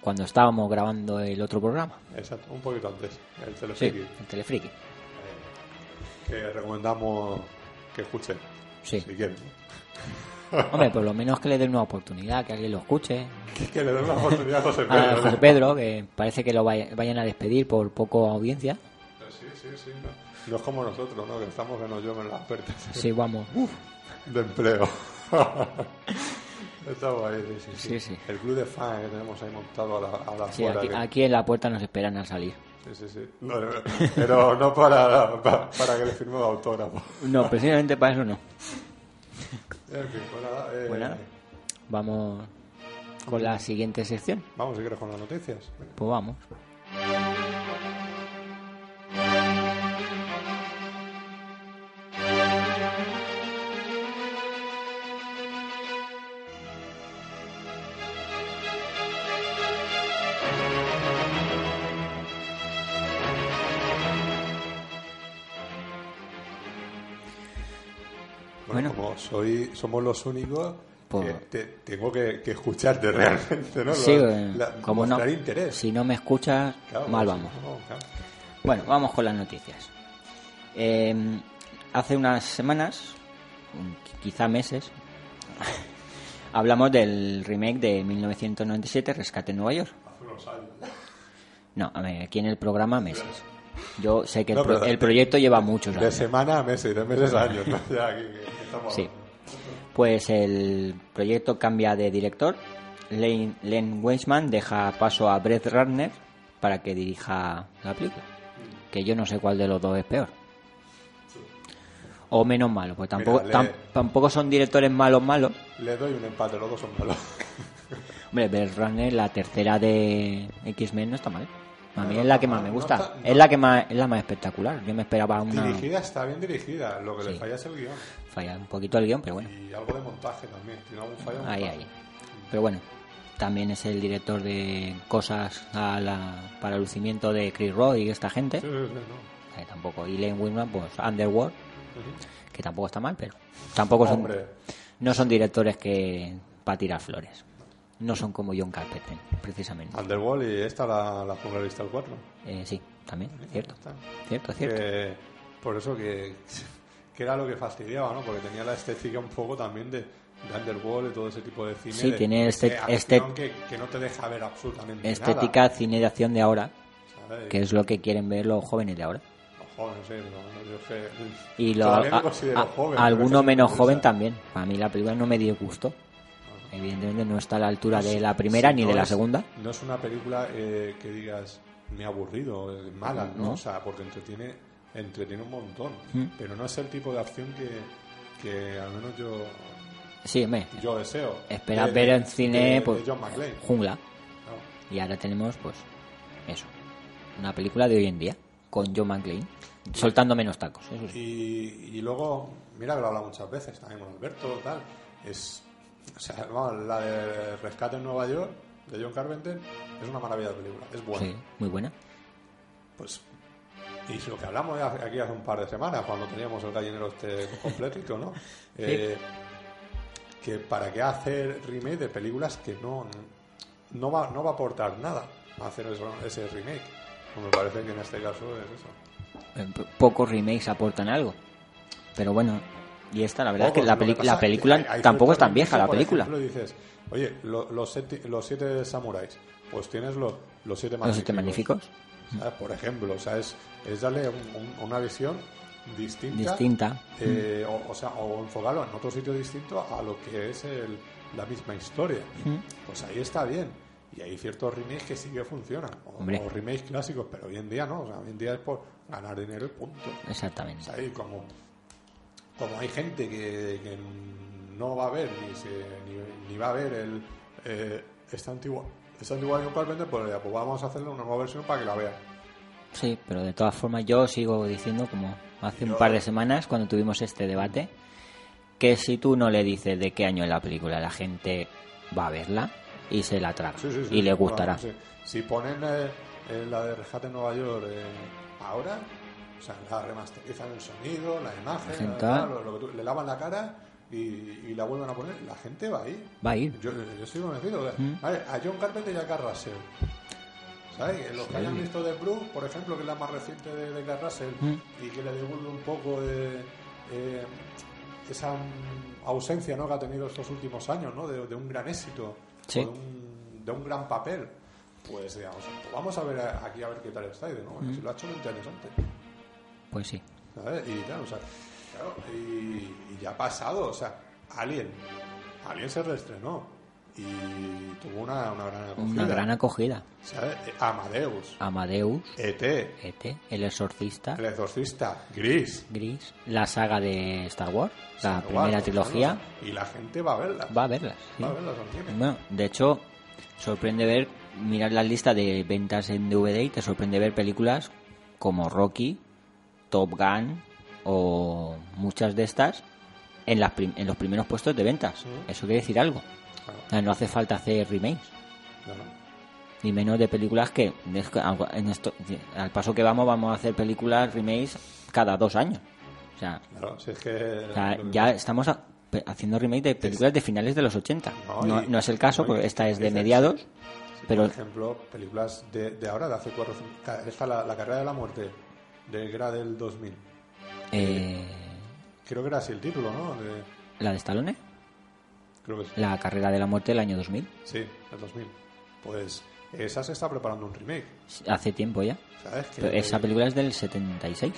C: cuando estábamos grabando el otro programa.
A: Exacto, un poquito antes. El
C: Sí,
A: Telefiki,
C: el Telefriki.
A: que recomendamos que escuchen.
C: Sí.
A: Si quieren.
C: Hombre, por lo menos que le den una oportunidad, que alguien lo escuche.
A: Que, que le den una oportunidad a José Pedro.
C: A José Pedro, que parece que lo vaya- vayan a despedir por poco audiencia.
A: Sí, sí, sí. No. No es como nosotros, ¿no? Que estamos que nos llueven las ofertas
C: Sí, vamos. Uf,
A: de empleo. Estamos ahí, sí sí,
C: Sí,
A: sí,
C: sí.
A: El club de fans que tenemos ahí montado a la, a la
C: sí,
A: afuera,
C: aquí,
A: que-
C: aquí en la puerta nos esperan al salir.
A: Sí, sí, sí. No, no, no. pero no para, para, para que le firme el autógrafo.
C: No, precisamente para eso no.
A: En fin, pues nada. eh,
C: Pues nada. Vamos con la siguiente sección.
A: Vamos, si quieres, con las noticias. Venga.
C: Pues vamos.
A: Bueno,
C: Bueno.
A: como soy, somos los únicos,
C: Pues-
A: que te- tengo que, que escucharte realmente, ¿no?
C: Sí,
A: Lo-
C: eh,
A: la-
C: como no,
A: mostrar interés.
C: si no me escuchas,
A: Claro,
C: mal
A: sí,
C: vamos.
A: no, claro.
C: Bueno, vamos con las noticias. Eh, hace unas semanas, mm, quizá meses, hablamos del remake de 1997, Rescate en Nueva York.
A: Hace unos años.
C: No, a ver, aquí en el programa meses. Yo sé que el,
A: No,
C: pro-
A: pero-
C: el proyecto lleva muchos
A: De
C: años.
A: semana a meses, de meses a años, ¿no? Ya aquí, que- que estamos
C: Sí.
A: hablando.
C: Pues el proyecto cambia de director. Len, Len Weisman deja paso a Brett Ratner para que dirija la película. Que yo no sé cuál de los dos es peor. O menos malo, pues tampoco,
A: Mira,
C: tam-
A: le-
C: tampoco son directores malos malos.
A: Le doy un empate, los dos son malos.
C: Hombre, Brett Ratner, la tercera de X-Men no está mal. A mí
A: No,
C: es la
A: no
C: que
A: está
C: más me
A: mal, no
C: gusta.
A: está- no.
C: Es la que más, es la más espectacular. Yo me esperaba una
A: Dirigida está bien dirigida, lo que le
C: Sí.
A: falla es el guión.
C: falla un poquito el guión, pero bueno.
A: Y algo de montaje también, tiene algún fallo. de
C: Ahí,
A: montaje.
C: ahí. Pero bueno, también es el director de cosas a la- para el lucimiento de Chris Roy y esta gente.
A: Sí, sí, sí, no.
C: Eh, tampoco. Y Lane Winman, pues Underworld,
A: Ujú.
C: que tampoco está mal, pero tampoco son,
A: Hombre.
C: no son directores que para tirar flores. No son como John Carpenter, precisamente.
A: Underworld y esta, la, la jungla de Cristal 4.
C: Eh, sí, también, cierto.
A: Está.
C: Cierto, cierto.
A: Que- por eso que, que era lo que fastidiaba, ¿no? Porque tenía la estética un poco también de, de Underworld y todo ese tipo de cine.
C: Sí,
A: de-
C: tiene
A: de
C: este-
A: acción
C: este-
A: que, que no te deja ver absolutamente
C: Estética, cine de acción de ahora,
A: nada. ¿sabes?
C: que es lo que quieren ver los jóvenes de ahora.
A: Ojo, no sé, no, yo es que-
C: Y lo,
A: todavía me
C: a-
A: considero
C: a-
A: joven, pero
C: alguno
A: es que
C: menos
A: me
C: joven
A: interesa.
C: también. Para mí la película no me dio gusto. Evidentemente no está a la altura de la primera
A: Ah, Sí,
C: ni
A: no
C: de la
A: es-
C: segunda.
A: No es una película eh, que digas me ha aburrido, eh, mala, ¿no?
C: No.
A: O sea, porque entretiene, entretiene un montón.
C: Mm.
A: Pero no es el tipo de acción que, que al menos yo,
C: Sí, hombre,
A: yo deseo.
C: Espera
A: De-
C: ver
A: de-
C: en cine,
A: de- de
C: pues,
A: John McClane.
C: jungla.
A: No.
C: Y ahora tenemos, pues, eso. Una película de hoy en día, con John McClane, soltando menos tacos. Eso sí.
A: Y, y luego, mira que lo he hablado muchas veces también con Alberto, tal. Es, o sea, vamos, la de Rescate en Nueva York, de John Carpenter, es una maravilla de película. Es buena.
C: Sí, muy buena.
A: Pues. Y lo que hablamos ya aquí hace un par de semanas, cuando teníamos el gallinero este completito, ¿no? Eh, que para qué hacer remake de películas que no. no va, no va a aportar nada a hacer eso- ese remake. O Me parece que en este caso es eso.
C: Eh, p- Pocos remakes aportan algo. Pero bueno, y esta, la verdad
A: Poco,
C: es que la,
A: lo
C: peli-
A: pasa
C: la
A: es que
C: película
A: hay- hay
C: tampoco es
A: ciertos
C: tan vieja, la
A: momentos,
C: película.
A: Por ejemplo, dices, oye, lo- los, seti- los siete samuráis, pues tienes los, los siete magníficos.
C: Los siete magníficos,
A: ¿sabes? Por ejemplo, o sea, es, es darle un- un- una visión distinta.
C: distinta.
A: eh, o, o sea, o enfocarlo en otro sitio distinto a lo que es el- la misma historia. Pues ahí está bien. Y hay ciertos remakes que sí que funcionan. O,
C: Hombre.
A: o remakes clásicos, pero hoy en día no. O sea, hoy en día es por ganar dinero y punto. O
C: Exactamente.
A: sea, y como, como hay gente que, que no va a ver ni, se, ni, ni va a ver el, eh, esta antigua esta antigua John Carpenter, pues, ya, pues vamos a hacerle una nueva versión para que la vea.
C: Sí, pero de todas formas yo sigo diciendo, como hace un
A: Yo-
C: par de semanas cuando tuvimos este debate, que si tú no le dices de qué año es la película, la gente va a verla y se la traga
A: Sí, sí, sí,
C: y le
A: claro,
C: gustará.
A: sí. Si ponen eh, eh, la de Rescate en Nueva York eh, ahora, o sea, la remasterizan el sonido, la imagen, la-
C: Tal.
A: lo- lo que tú- le lavan la cara y, y la vuelven a poner, la gente va ahí.
C: Va a ir.
A: Yo, yo estoy convencido. o sea, A ver, a John Carpenter y a Carl Russell. ¿Sabes? Los que hayan visto de Blue, por ejemplo, que es la más reciente de, de Carl Russell, y que le devuelve un poco de, eh, esa mm, ausencia ¿no? que ha tenido estos últimos años, ¿no? De, de un gran éxito,
C: Sí.
A: o de, un, de un gran papel. Pues digamos, pues vamos a ver a- aquí a ver qué tal está. Y de, no, bueno, si lo ha hecho 20 años antes.
C: Pues sí.
A: ¿sabes? Y claro, o sea, claro, y, y ya ha pasado, o sea, Alien. Alien se reestrenó y tuvo una, una gran acogida.
C: Una gran Ah. acogida.
A: ¿sabes? Eh, Amadeus,
C: Amadeus,
A: ET,
C: E.T., El Exorcista,
A: El Exorcista, Gris.
C: Gris, la saga de Star Wars, la
A: Star
C: primera
A: Wars,
C: trilogía,
A: ¿no? O sea, Y la gente va a verla.
C: va a verlas. sí.
A: Va a verla al cine.
C: Bueno, de hecho, sorprende ver, mirar la lista de ventas en DVD y te sorprende ver películas como Rocky, Top Gun o muchas de estas en, las prim- en los primeros puestos de ventas. Eso quiere decir algo.
A: Claro,
C: O sea, No hace falta hacer remakes.
A: no, no.
C: Ni menos de películas que, es que algo- en esto- al paso que vamos, vamos a hacer películas remakes cada dos años. O sea,
A: Claro, si es que...
C: o sea, ya estamos a- pe- haciendo remake de películas de finales de los 80.
A: No,
C: No,
A: y-
C: no es el caso,
A: no, y-
C: porque esta es de
A: dices-
C: mediados. Pero
A: Por ejemplo, películas de, de ahora, de hace cuatro... cinco- ca- Esta, la, la carrera de la muerte, de era del 2000.
C: eh,
A: Creo que era así el título, ¿no? De-
C: la de Stallone,
A: creo que sí.
C: la carrera de la muerte del año 2000,
A: Sí, el 2000. Pues esa se está preparando un remake.
C: hace tiempo ya.
A: ¿Sabes? Que,
C: Pero Pues esa película es del 76.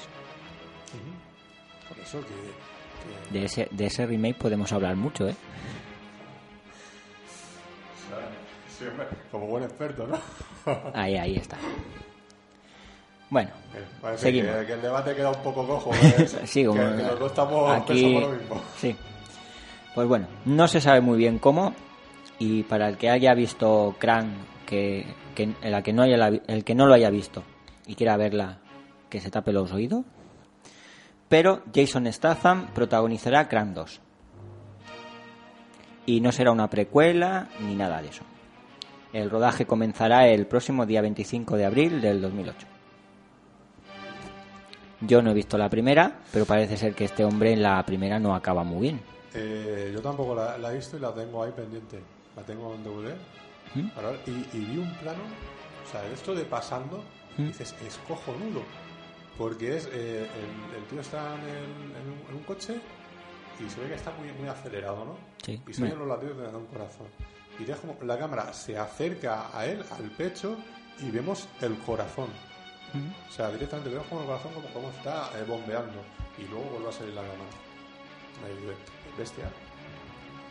A: Ujú. Por eso que. que-
C: De ese, de ese remake podemos hablar mucho, ¿eh?
A: Sí, hombre, como buen experto, ¿no?
C: Ahí, ahí está. Bueno,
A: Eh, Parece
C: Seguimos.
A: que, que el debate queda un poco cojo. ¿eh?
C: Pues, sí, como
A: que, que los dos estamos
C: aquí,
A: pensamos lo mismo.
C: sí. Pues bueno, no se sabe muy bien cómo y para el que haya visto Crank, que, que la que no haya la- el que no lo haya visto y quiera verla, que se tape los oídos. Pero Jason Statham protagonizará Crank 2 y no será una precuela ni nada de eso. El rodaje comenzará el próximo día 25 de abril del 2008. Yo no he visto la primera, pero parece ser que este hombre en la primera no acaba muy bien.
A: Eh, yo tampoco la, la he visto y la tengo ahí pendiente. La tengo en DVD. Ahora, y, y vi un plano, o sea, esto de pasando, dices, es cojonudo. Porque es, eh, el, el tío está en, el- en un, en un coche y se ve que está muy, muy acelerado, ¿no?
C: Sí.
A: Y se oyen los latidos de un corazón. Y ya como la cámara se acerca a él, al pecho, y vemos el corazón. O sea, directamente vemos como el corazón como, como está eh, bombeando. Y luego vuelve a salir la cámara. Ahí digo, bestia.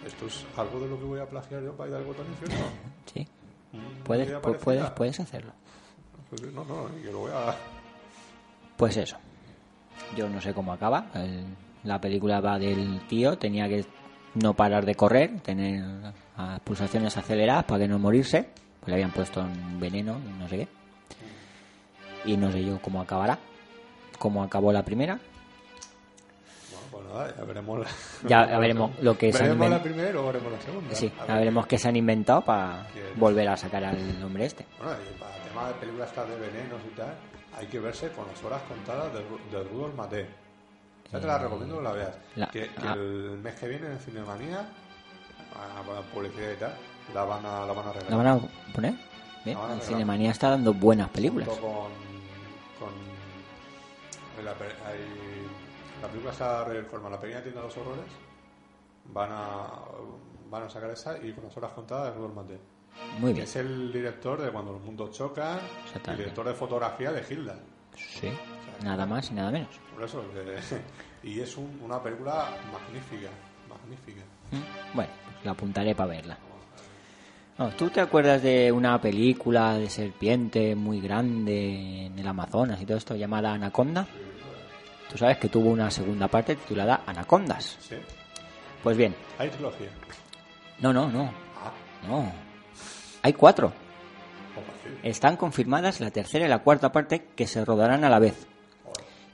A: Esto es algo de lo que voy a plagiar yo para ir al botón infierno.
C: Sí,
A: Mm,
C: puedes,
A: idea
C: pu- puedes,
A: parecida.
C: puedes hacerlo.
A: Pues sí, No, no, y que lo voy a.
C: Pues eso. Yo no sé cómo acaba. El- la película va del tío, tenía que no parar de correr, tener las pulsaciones aceleradas para que no morirse. Pues le habían puesto un veneno, y no sé qué. Y no sé yo cómo acabará. Cómo acabó la primera.
A: Bueno, pues nada, ya veremos. La...
C: Ya veremos lo que se
A: Veremos
C: anime-
A: la primera y luego veremos la segunda.
C: Sí,
A: A
C: ya
A: ver.
C: veremos qué se han inventado para
A: Qué-
C: volver a sacar al hombre este.
A: Bueno, y para el tema de películas estas de venenos y tal, hay que verse con las horas contadas de, Ru- de Rudolf Maté. Ya te la recomiendo que la veas.
C: Eh, la-
A: que que
C: ah.
A: el mes que viene en Cinemanía, a, a publicidad y tal, La van a, la van a regalar.
C: ¿La van a poner? Bien.
A: La van a
C: el
A: regalar.
C: Cinemanía está dando buenas películas.
A: Junto Con, con la, pe- hay- la película está reformada, la pequeña tienda de los horrores. Van a, van a sacar esa y con las horas contadas de Norman Day.
C: Muy bien.
A: Es el director de Cuando los mundos chocan,
C: Exactamente.
A: el director de fotografía de Hilda.
C: Sí. Nada más y nada menos.
A: Por eso, que- y es un- una película magnífica, magnífica.
C: ¿Mm? Bueno, pues la apuntaré para verla. No, ¿Tú te acuerdas de una película de serpiente muy grande en el Amazonas y todo esto llamada Anaconda? Tú sabes que tuvo una segunda parte titulada Anacondas.
A: Sí.
C: Pues bien,
A: Hay trilogía.
C: no, no, no,
A: Ah, pues
C: no. Hay cuatro.
A: como así.
C: Están confirmadas la tercera y la cuarta parte que se rodarán a la vez.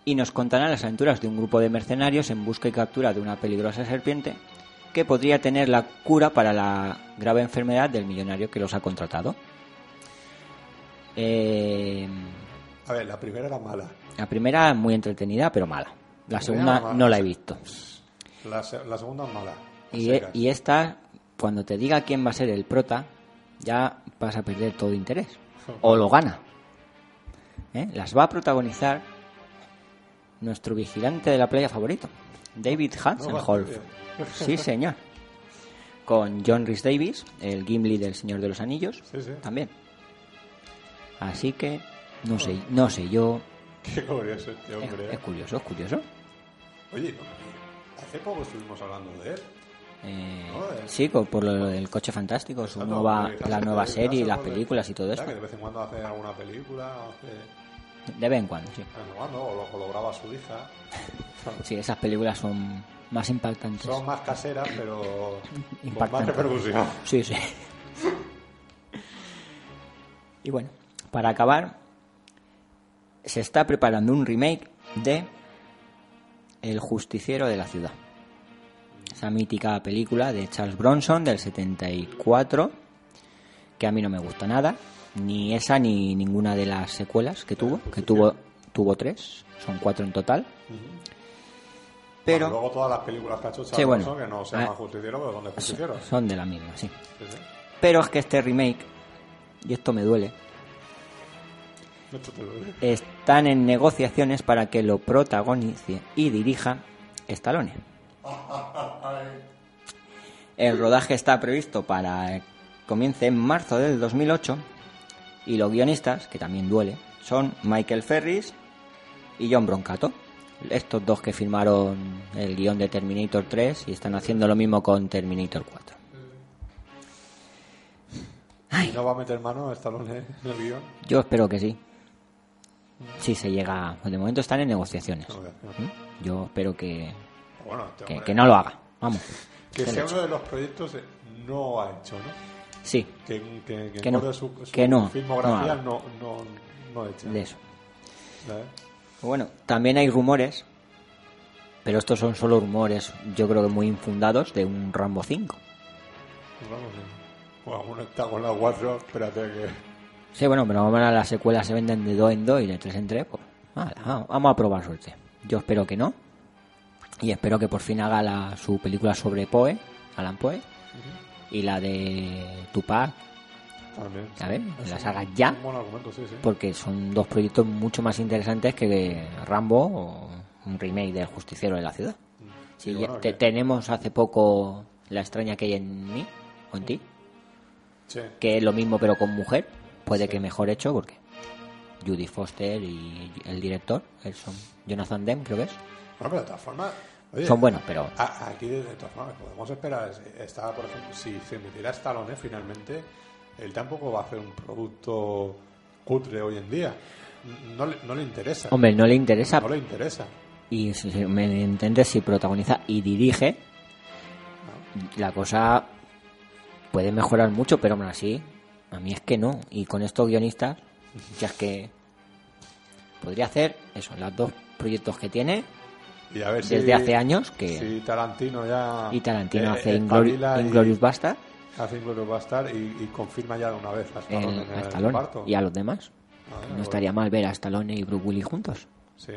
C: Y nos contarán las aventuras de un grupo de mercenarios en busca y captura de una peligrosa serpiente que podría tener la cura para la grave enfermedad del millonario que los ha contratado. Eh,
A: A ver, la primera era mala.
C: la primera muy entretenida pero mala. La segunda
A: mala.
C: no la he visto.
A: La, se- la segunda es mala.
C: Y,
A: A
C: e-,
A: secas.
C: y esta, cuando te diga quién va a ser el prota, ya vas a perder todo interés. O lo gana. ¿Eh? Las va a protagonizar nuestro vigilante de la playa favorito, David Hansenholf. Sí, señor. Con John Rhys Davis, el Gimli del Señor de los Anillos,
A: Sí, sí.
C: también. Así que, no sé, no sé yo.
A: Qué curioso este
C: Es,
A: hombre.
C: es
A: ¿eh?
C: curioso, es curioso.
A: Oye, no, hace poco estuvimos hablando de él.
C: Eh,
A: Joder.
C: sí, co- por lo del coche fantástico, su
A: Exacto,
C: nueva,
A: porque
C: la
A: hace-
C: nueva
A: hace-
C: serie y
A: hace
C: las
A: poco de-
C: películas y todo
A: ¿verdad?
C: esto.
A: Que de vez en cuando hace alguna película, hace... de
C: De vez en cuando, sí.
A: vez en cuando, o lo, o lo graba su hija.
C: Sí, esas películas son más impactantes.
A: Son más caseras, pero con más
C: Impactante.
A: repercusión.
C: Sí, sí. y bueno, para acabar, se está preparando un remake de El justiciero de la ciudad. Esa mítica película de Charles Bronson del 74, que a mí no me gusta nada, ni esa ni ninguna de las secuelas que tuvo, que tuvo, tuvo tres, son cuatro en total. Pero...
A: Bueno, luego todas las películas que ha hecho Charles
C: Sí, bueno.
A: Bronson, que no se
C: Ah.
A: llaman Justiciero, pero son de Justiciero. Sí,
C: Son de la misma, sí.
A: sí.
C: Pero es que este remake, y esto me duele,
A: Esto te lo digo.
C: están en negociaciones para que lo protagonice y dirija Stallone. El rodaje está previsto para que comience en marzo del 2008 y los guionistas, que también duele, son Michael Ferris y John Broncato. Estos dos que firmaron el guión de Terminator 3 y están haciendo lo mismo con Terminator 4.
A: Y no va a meter mano Stallone en el guión.
C: Yo espero que sí. Si se llega. pues De momento están en negociaciones.
A: No, no.
C: ¿Mm? Yo espero que,
A: Bueno, este
C: que,
A: hombre-
C: que no lo haga. Vamos.
A: que
C: se
A: sea
C: lo
A: uno de los proyectos eh, no ha hecho, ¿no?
C: Sí,
A: Que, que, que,
C: Que
A: en
C: no,
A: todo su, su
C: que no,
A: filmografía
C: no
A: no, no, no ha hecho.
C: de eso.
A: ¿Vale?
C: Bueno, también hay rumores. Pero estos son solo rumores, yo creo que muy infundados, de un Rambo 5.
A: Pues vamos bien. Bueno, uno está con la 4, espérate que...
C: Sí, bueno, pero ahora las secuelas se venden de 2 en 2 y de 3 en 3. Pues, ala, va- vamos a probar suerte. Yo espero que no. Y espero que por fin haga la- su película sobre Poe, Alan Poe. Y la de Tupac,
A: También.
C: A ver, que
A: Es
C: las
A: un-
C: hagas ya.
A: Un buen argumento, sí, sí.
C: porque son dos proyectos mucho más interesantes que Rambo o un remake del Justiciero de la Ciudad. Sí,
A: Sí,
C: ya
A: bueno,
C: te-
A: que-
C: tenemos hace poco La extraña que hay en mí, o en ti,
A: sí.
C: que es lo mismo pero con mujer, puede que mejor hecho porque Judy Foster y el director, el son Jonathan Demme creo que es,
A: Bueno, pero de todas formas... oye,
C: son buenos, pero
A: a- Aquí, de, de todas formas, podemos esperar... Está, por ejemplo, si se metiera Stallone finalmente, él tampoco va a hacer un producto cutre hoy en día. No, le- no le interesa.
C: hombre, no le interesa
A: No le interesa.
C: y si, si me entiendes si protagoniza y dirige la cosa puede mejorar mucho pero aún así a mí es que no y con estos guionistas ya es que podría hacer eso los dos proyectos que tiene
A: Y a ver si-
C: desde hace años que
A: Si Tarantino ya...
C: y Tarantino
A: eh,
C: hace Inglori-
A: espabila y-
C: Inglorious Bastard
A: Hace Inglourious Bastard y, y confirma ya de una vez a
C: el,
A: Stallone en
C: Eh, a
A: Ah, el
C: Stallone
A: reparto.
C: y a los demás
A: Ah,
C: no estaría mal ver a Stallone y Bruce Willis juntos
A: Sí.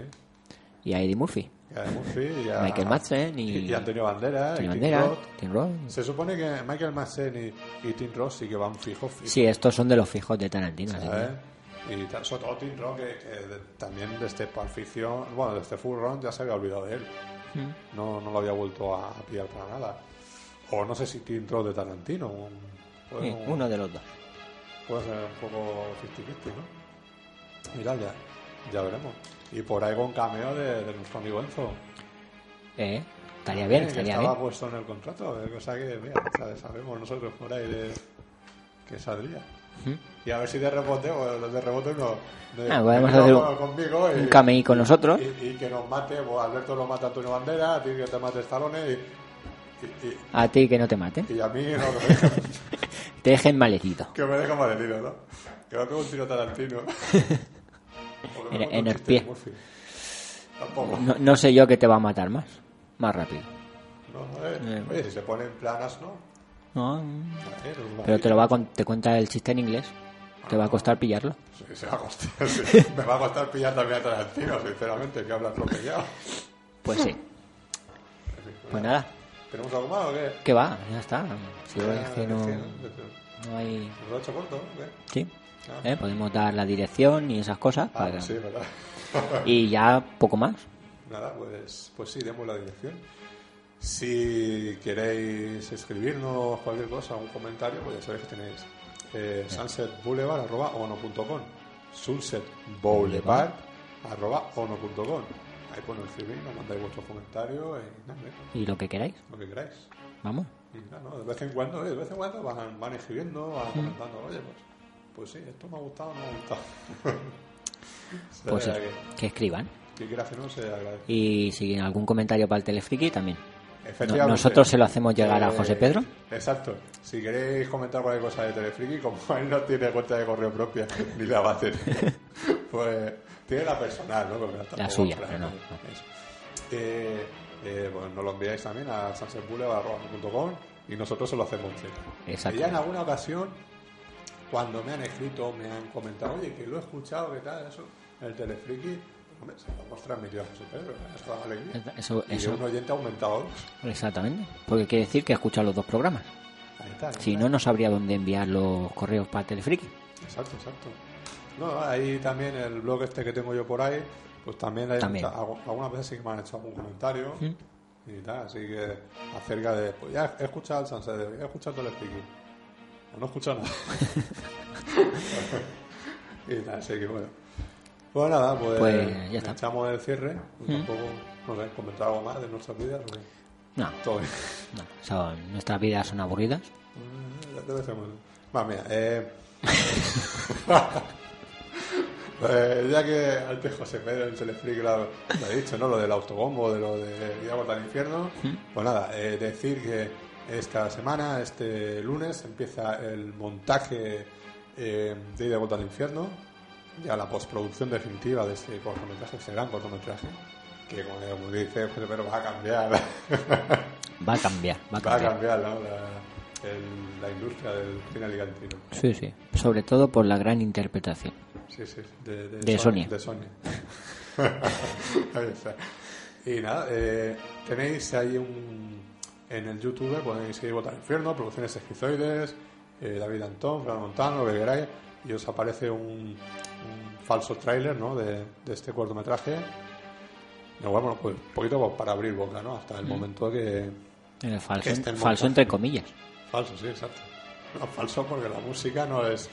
C: y a Eddie Murphy
A: Y Cada Murphy y a-
C: Michael Madsen y-
A: y Antonio Banderas.
C: Tim
A: Ah, y Tim
C: Bandera,
A: Roth.
C: Tim
D: Mm.
C: Roth.
A: Se supone que Michael Madsen y, y Tim Roth sí que van fijos. fijos.
C: Sí, estos son de los fijos de Tarantino. así
A: ¿sabes? Y ta- sobre todo Tim Roth, que, que de- también de este Pulp Fiction, bueno, de este Full Run ya se había olvidado de él.
D: Mm.
A: No, no lo había vuelto a, a pillar para nada. O no sé si Tim Roth de Tarantino. un- puede-
D: Sí, uno de los dos.
A: Puede ser un poco 50-50, ¿no? Mira, ya, ya veremos. Y por ahí con cameo de, de nuestro amigo Enzo.
C: que- Eh, estaría bien,
A: Eh, que
C: estaría
A: estaba
C: bien.
A: puesto en el contrato, eh, cosa que mira, sa- sabemos nosotros por ahí de, que saldría. Y a ver si de rebote, o de rebote no. de-
C: Ah, podemos
A: de-
C: hacer
A: no,
C: un-
A: conmigo y,
C: Un cameo con nosotros.
A: y- y que nos mate, o Alberto lo mata a Antonio Bandera, a ti que te mate Stallone y, y,
C: A ti que no te maten.
A: y- y a mí no, que, me deja,
C: Te dejen maletito.
A: que me deja mal herido, ¿no? Que no tengo un tiro tarantino. O que me
C: En-
A: mate
C: en
A: un
C: el
A: chiste
C: pie.
A: de este Murphy. Tampoco.
C: No, no sé yo que te va a matar más. Más rápido.
A: No, eh. Oye, si se ponen planas, ¿no?
C: No,
A: Eh, no,
C: pero
A: ahí.
C: te lo va a con- te cuenta el chiste en inglés. Te va a costar pillarlo.
A: Sí, se va a costar, sí. Me va a costar pillar también a Tarantino, sinceramente, que habla atropellado.
C: Pues sí. Pues nada,
A: ¿Tenemos algo más o qué? Ah,
C: que va, ya está. Si hoy es que no,
A: ¿Nos
C: no hay.
A: lo he hecho corto? o qué?
C: Sí.
A: Ah.
C: Eh, Podemos dar la dirección y esas cosas.
A: Ah,
C: para-
A: sí, verdad.
C: Y ya poco más.
A: Nada, pues, pues sí, demos la dirección. Si queréis escribirnos cualquier cosa, un comentario, pues ya sabéis que tenéis eh, sunsetboulevard.ono.com sunsetboulevard.ono.com Ahí ponéis el CV, nos mandáis vuestros comentarios y nada, eh,
C: Y lo que queráis.
A: lo que queráis.
C: Vamos.
A: Y nada, ¿no? De vez en cuando, eh, de vez en cuando van, van escribiendo,
C: Mm.
A: van comentando, oye, pues, pues sí, esto me ha gustado, no me ha gustado. O
C: Pues sí,
A: sea, que,
C: que escriban.
A: que quiera que no se agradece.
C: Y si algún comentario para el Telefriki también.
A: Efectivamente.
C: nosotros se lo hacemos llegar a José Pedro.
A: Exacto. Si queréis comentar cualquier cosa de Telefriki, como él no tiene cuenta de correo propia, ni la va a tener, pues tiene la personal, ¿no? Porque tampoco
C: suya,
A: trae,
C: pero no,
A: ¿no?
C: no.
A: Eso. Eh, eh, bueno, nos lo enviáis también a sunsetboulevard.com y nosotros se lo hacemos llegar.
C: Exacto.
A: Y ya en alguna ocasión, cuando me han escrito, me han comentado, oye, que lo he escuchado, que tal, eso, en el Telefriki, hombre, se lo hemos transmitido a José Pedro, eso da alegría.
C: Eso,
A: Y de
C: eso,
A: un oyente ha aumentado dos.
C: exactamente. Porque quiere decir que ha escuchado los dos programas.
A: Ahí está, ahí
C: Si
A: está.
C: no, no sabría dónde enviar los correos para el Telefriki.
A: Exacto, exacto. No, ahí también el blog este que tengo yo por ahí, pues también, hay
C: También. Mm.
A: mucha- algu- algunas veces sí que me han hecho algún comentario y tal, así que acerca de, pues ya he escuchado el Sunset, he escuchado el speaking, o no he escuchado nada. y tal, así que bueno. Pues nada, pues,
C: Pues ya está. Mm.
A: echamos el cierre, y tampoco, no sé, comentar algo más de nuestras vidas, o qué?
C: No,
A: todo bien.
C: no. Son- nuestras vidas son aburridas.
A: De vez en cuando. Madre mía, eh... Eh, ya que antes José Pedro en Telefric lo, ha- lo ha dicho, ¿no? Lo del autobombo, de lo de Diablo al infierno. Pues nada, eh, decir que es cada semana, este lunes, empieza el montaje eh, de Diablo al infierno. Ya la postproducción definitiva de este cortometraje, este gran cortometraje. Que como dice José Pedro, va a cambiar
C: Va a cambiar, va a
A: Va a
C: cambiar.
A: cambiar ¿no? la, el- la industria del cine alicantino.
C: Sí, sí. Sobre todo por la gran interpretación.
A: Sí, sí, sí, de, de,
C: De Sonia.
A: De Sonia. Ahí está. Y nada, eh, tenéis ahí un, en el YouTube, podéis ir votar infierno, producciones esquizoides, eh, David Antón, Fran Montano, lo que queráis, y os aparece un, un falso tráiler ¿no? de, de este cortometraje. No, bueno, pues un poquito para abrir boca, ¿no? Hasta el momento que,
C: Eh, falso,
A: Este es
C: falso
A: montaje.
C: entre comillas.
A: Falso, sí, exacto. No, falso porque la música no es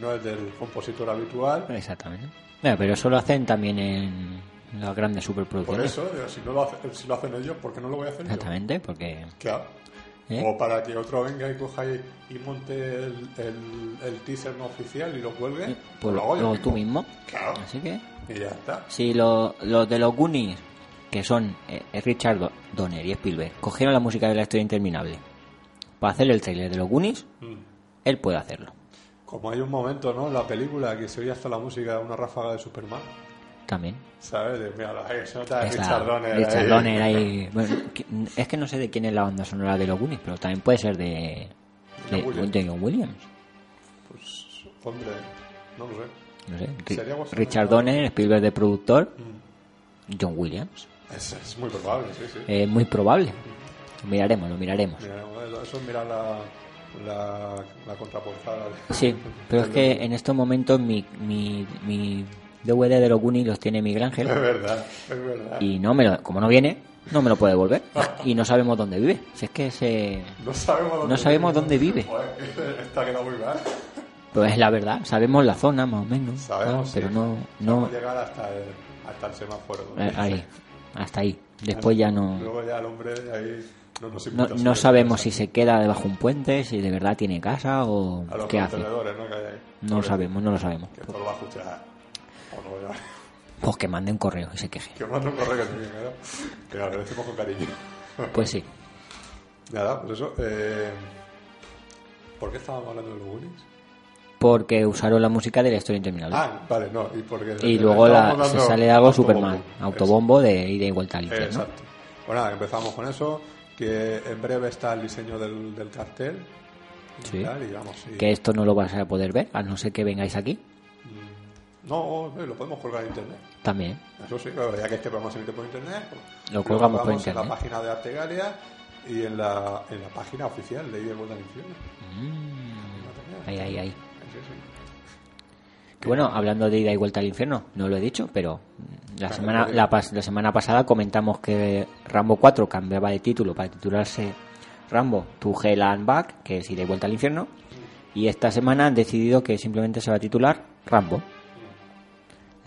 A: no es del compositor
C: Eh,
A: habitual.
C: Exactamente. Bueno, pero eso lo hacen también en las grandes
A: Por
C: superproducciones.
A: eso, digo, si, no lo hace- si lo hacen ellos, ¿por qué no lo voy a hacer yo?
C: Exactamente, porque
A: Claro.
C: ¿Eh?
A: O para que otro venga y coja y, y monte el, el- el teaser no oficial y lo cuelgue.
C: pues,
A: lo hago yo
C: lo- tú mismo.
A: Claro.
C: Así que
A: Y ya está.
C: si lo- los de los Goonies, que son eh, eh, Richard Do- Donner y Spielberg, cogieron la música de la historia interminable para hacer el trailer de los Goonies,
A: Mm.
C: él puede hacerlo.
A: Como hay un momento, ¿no? En la película que se oye hasta la música de una ráfaga de Superman.
C: También.
A: ¿Sabes? De, mira, la- se nota
C: Está
A: Ah, Richard Donner.
C: Richard
A: ahí.
C: Donner eh. ahí. Bueno, que- es que no sé de quién es la banda sonora de los Goonies, pero también puede ser de,
A: De
C: de,
A: John Williams.
C: de John Williams.
A: Pues, hombre, no lo sé.
C: No sé, Ri-
A: Sería guapo.
C: Richard Donner, Spielberg de productor,
A: Mm.
C: John Williams.
A: Es, es muy probable, sí, sí.
C: Eh, muy probable. Lo miraremos, lo miraremos.
A: Mm. Mira, eso es mirar la, la, la contraportada. de-
C: Sí, pero es que en estos momentos mi, mi, mi DVD de los Goonies los tiene Miguel Ángel.
A: Es verdad, es verdad.
C: Y no me lo, como no viene, no me lo puede devolver. Y no sabemos dónde vive. Si es que se...
A: No sabemos dónde
C: No sabemos dónde vive.
A: Joder, está quedado muy mal.
C: Pues es la verdad, sabemos la zona más o menos.
A: Sabemos,
C: ¿no? Pero
A: sí.
C: no... no
A: Vamos a llegar hasta el, hasta el semáforo.
C: eh, ahí, hasta ahí. Después ya no...
A: Luego ya el hombre de ahí no nos
C: No,
A: importa
C: no sabemos si se queda debajo de un puente, si de verdad tiene casa o
A: A los
C: qué hace.
A: contenedores, ¿no? Que hay ahí.
C: No lo
A: Pobre,
C: sabemos, no lo sabemos.
A: Que esto lo va a escuchar. O no, ya.
C: Pues que mande un correo y se queje.
A: Que manda un correo que te viene, ¿no? Que lo agradecemos con cariño.
C: Pues sí.
A: Nada, pues eso. Eh, ¿Por qué estábamos hablando de los Goonies?
C: Porque usaron la música de la historia interminable.
A: Ah, vale, no. Y, porque eh,
C: y luego la-
A: estábamos
C: se
A: dando
C: sale algo súper
A: autobombo.
C: mal. Autobombo de ida y vuelta al
A: Exacto.
C: infierno.
A: Exacto. Bueno, nada, empezamos con eso. Que en breve está el diseño del, del cartel.
C: Sí.
A: Y tal, y vamos, y-
C: Que esto no lo vas a poder ver, a no ser que vengáis aquí.
A: No, eh, lo podemos colgar en internet.
C: También.
A: Eso sí, claro, ya que este programa se emite por internet, pues,
C: Lo colgamos por
A: colgamos en la
C: internet.
A: página de Artegalia y en la, en la página oficial de Ida y Vuelta al Infierno.
C: Mm. Ahí, ahí, ahí.
A: Sí, sí.
C: Que bueno, hablando de ida y vuelta al infierno, no lo he dicho, pero la
A: Claro,
C: semana,
A: lo
C: la, pas- la semana pasada comentamos que Rambo 4 cambiaba de título para titularse Rambo To Hell and Back, que es ida y vuelta al infierno, y esta semana han decidido que simplemente se va a titular Rambo.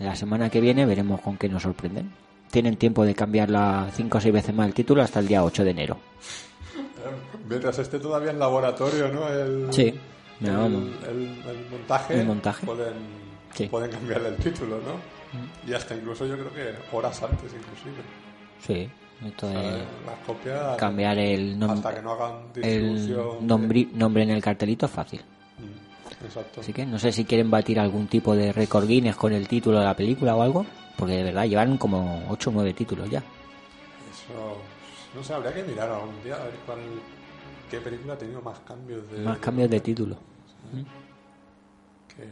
C: La semana que viene veremos con qué nos sorprenden. Tienen tiempo de cambiarla 5 o 6 veces más el título hasta el día 8 de enero.
A: Mientras esté todavía en laboratorio, ¿no? El,
C: Sí,
A: el,
C: no, vamos.
A: el- el montaje.
C: El montaje.
A: Pueden,
C: Sí. Mm.
A: pueden cambiarle el título, ¿no? Y hasta incluso yo creo que horas antes, inclusive.
C: Sí, esto
A: O sea, eh,
C: es
A: Las copias.
C: Eh, cambiar el, nom-
A: Hasta que no hagan distribución.
C: el nombri- nombre en el cartelito es fácil.
A: Mm, Exacto.
C: Así que no sé si quieren batir algún tipo de récord Guinness con el título de la película o algo, porque de verdad llevan como 8 o 9 títulos ya.
A: Eso, no sé, habría que mirar algún día a ver cuál, qué película ha tenido más cambios de...
C: Más cambios de título.
A: Que,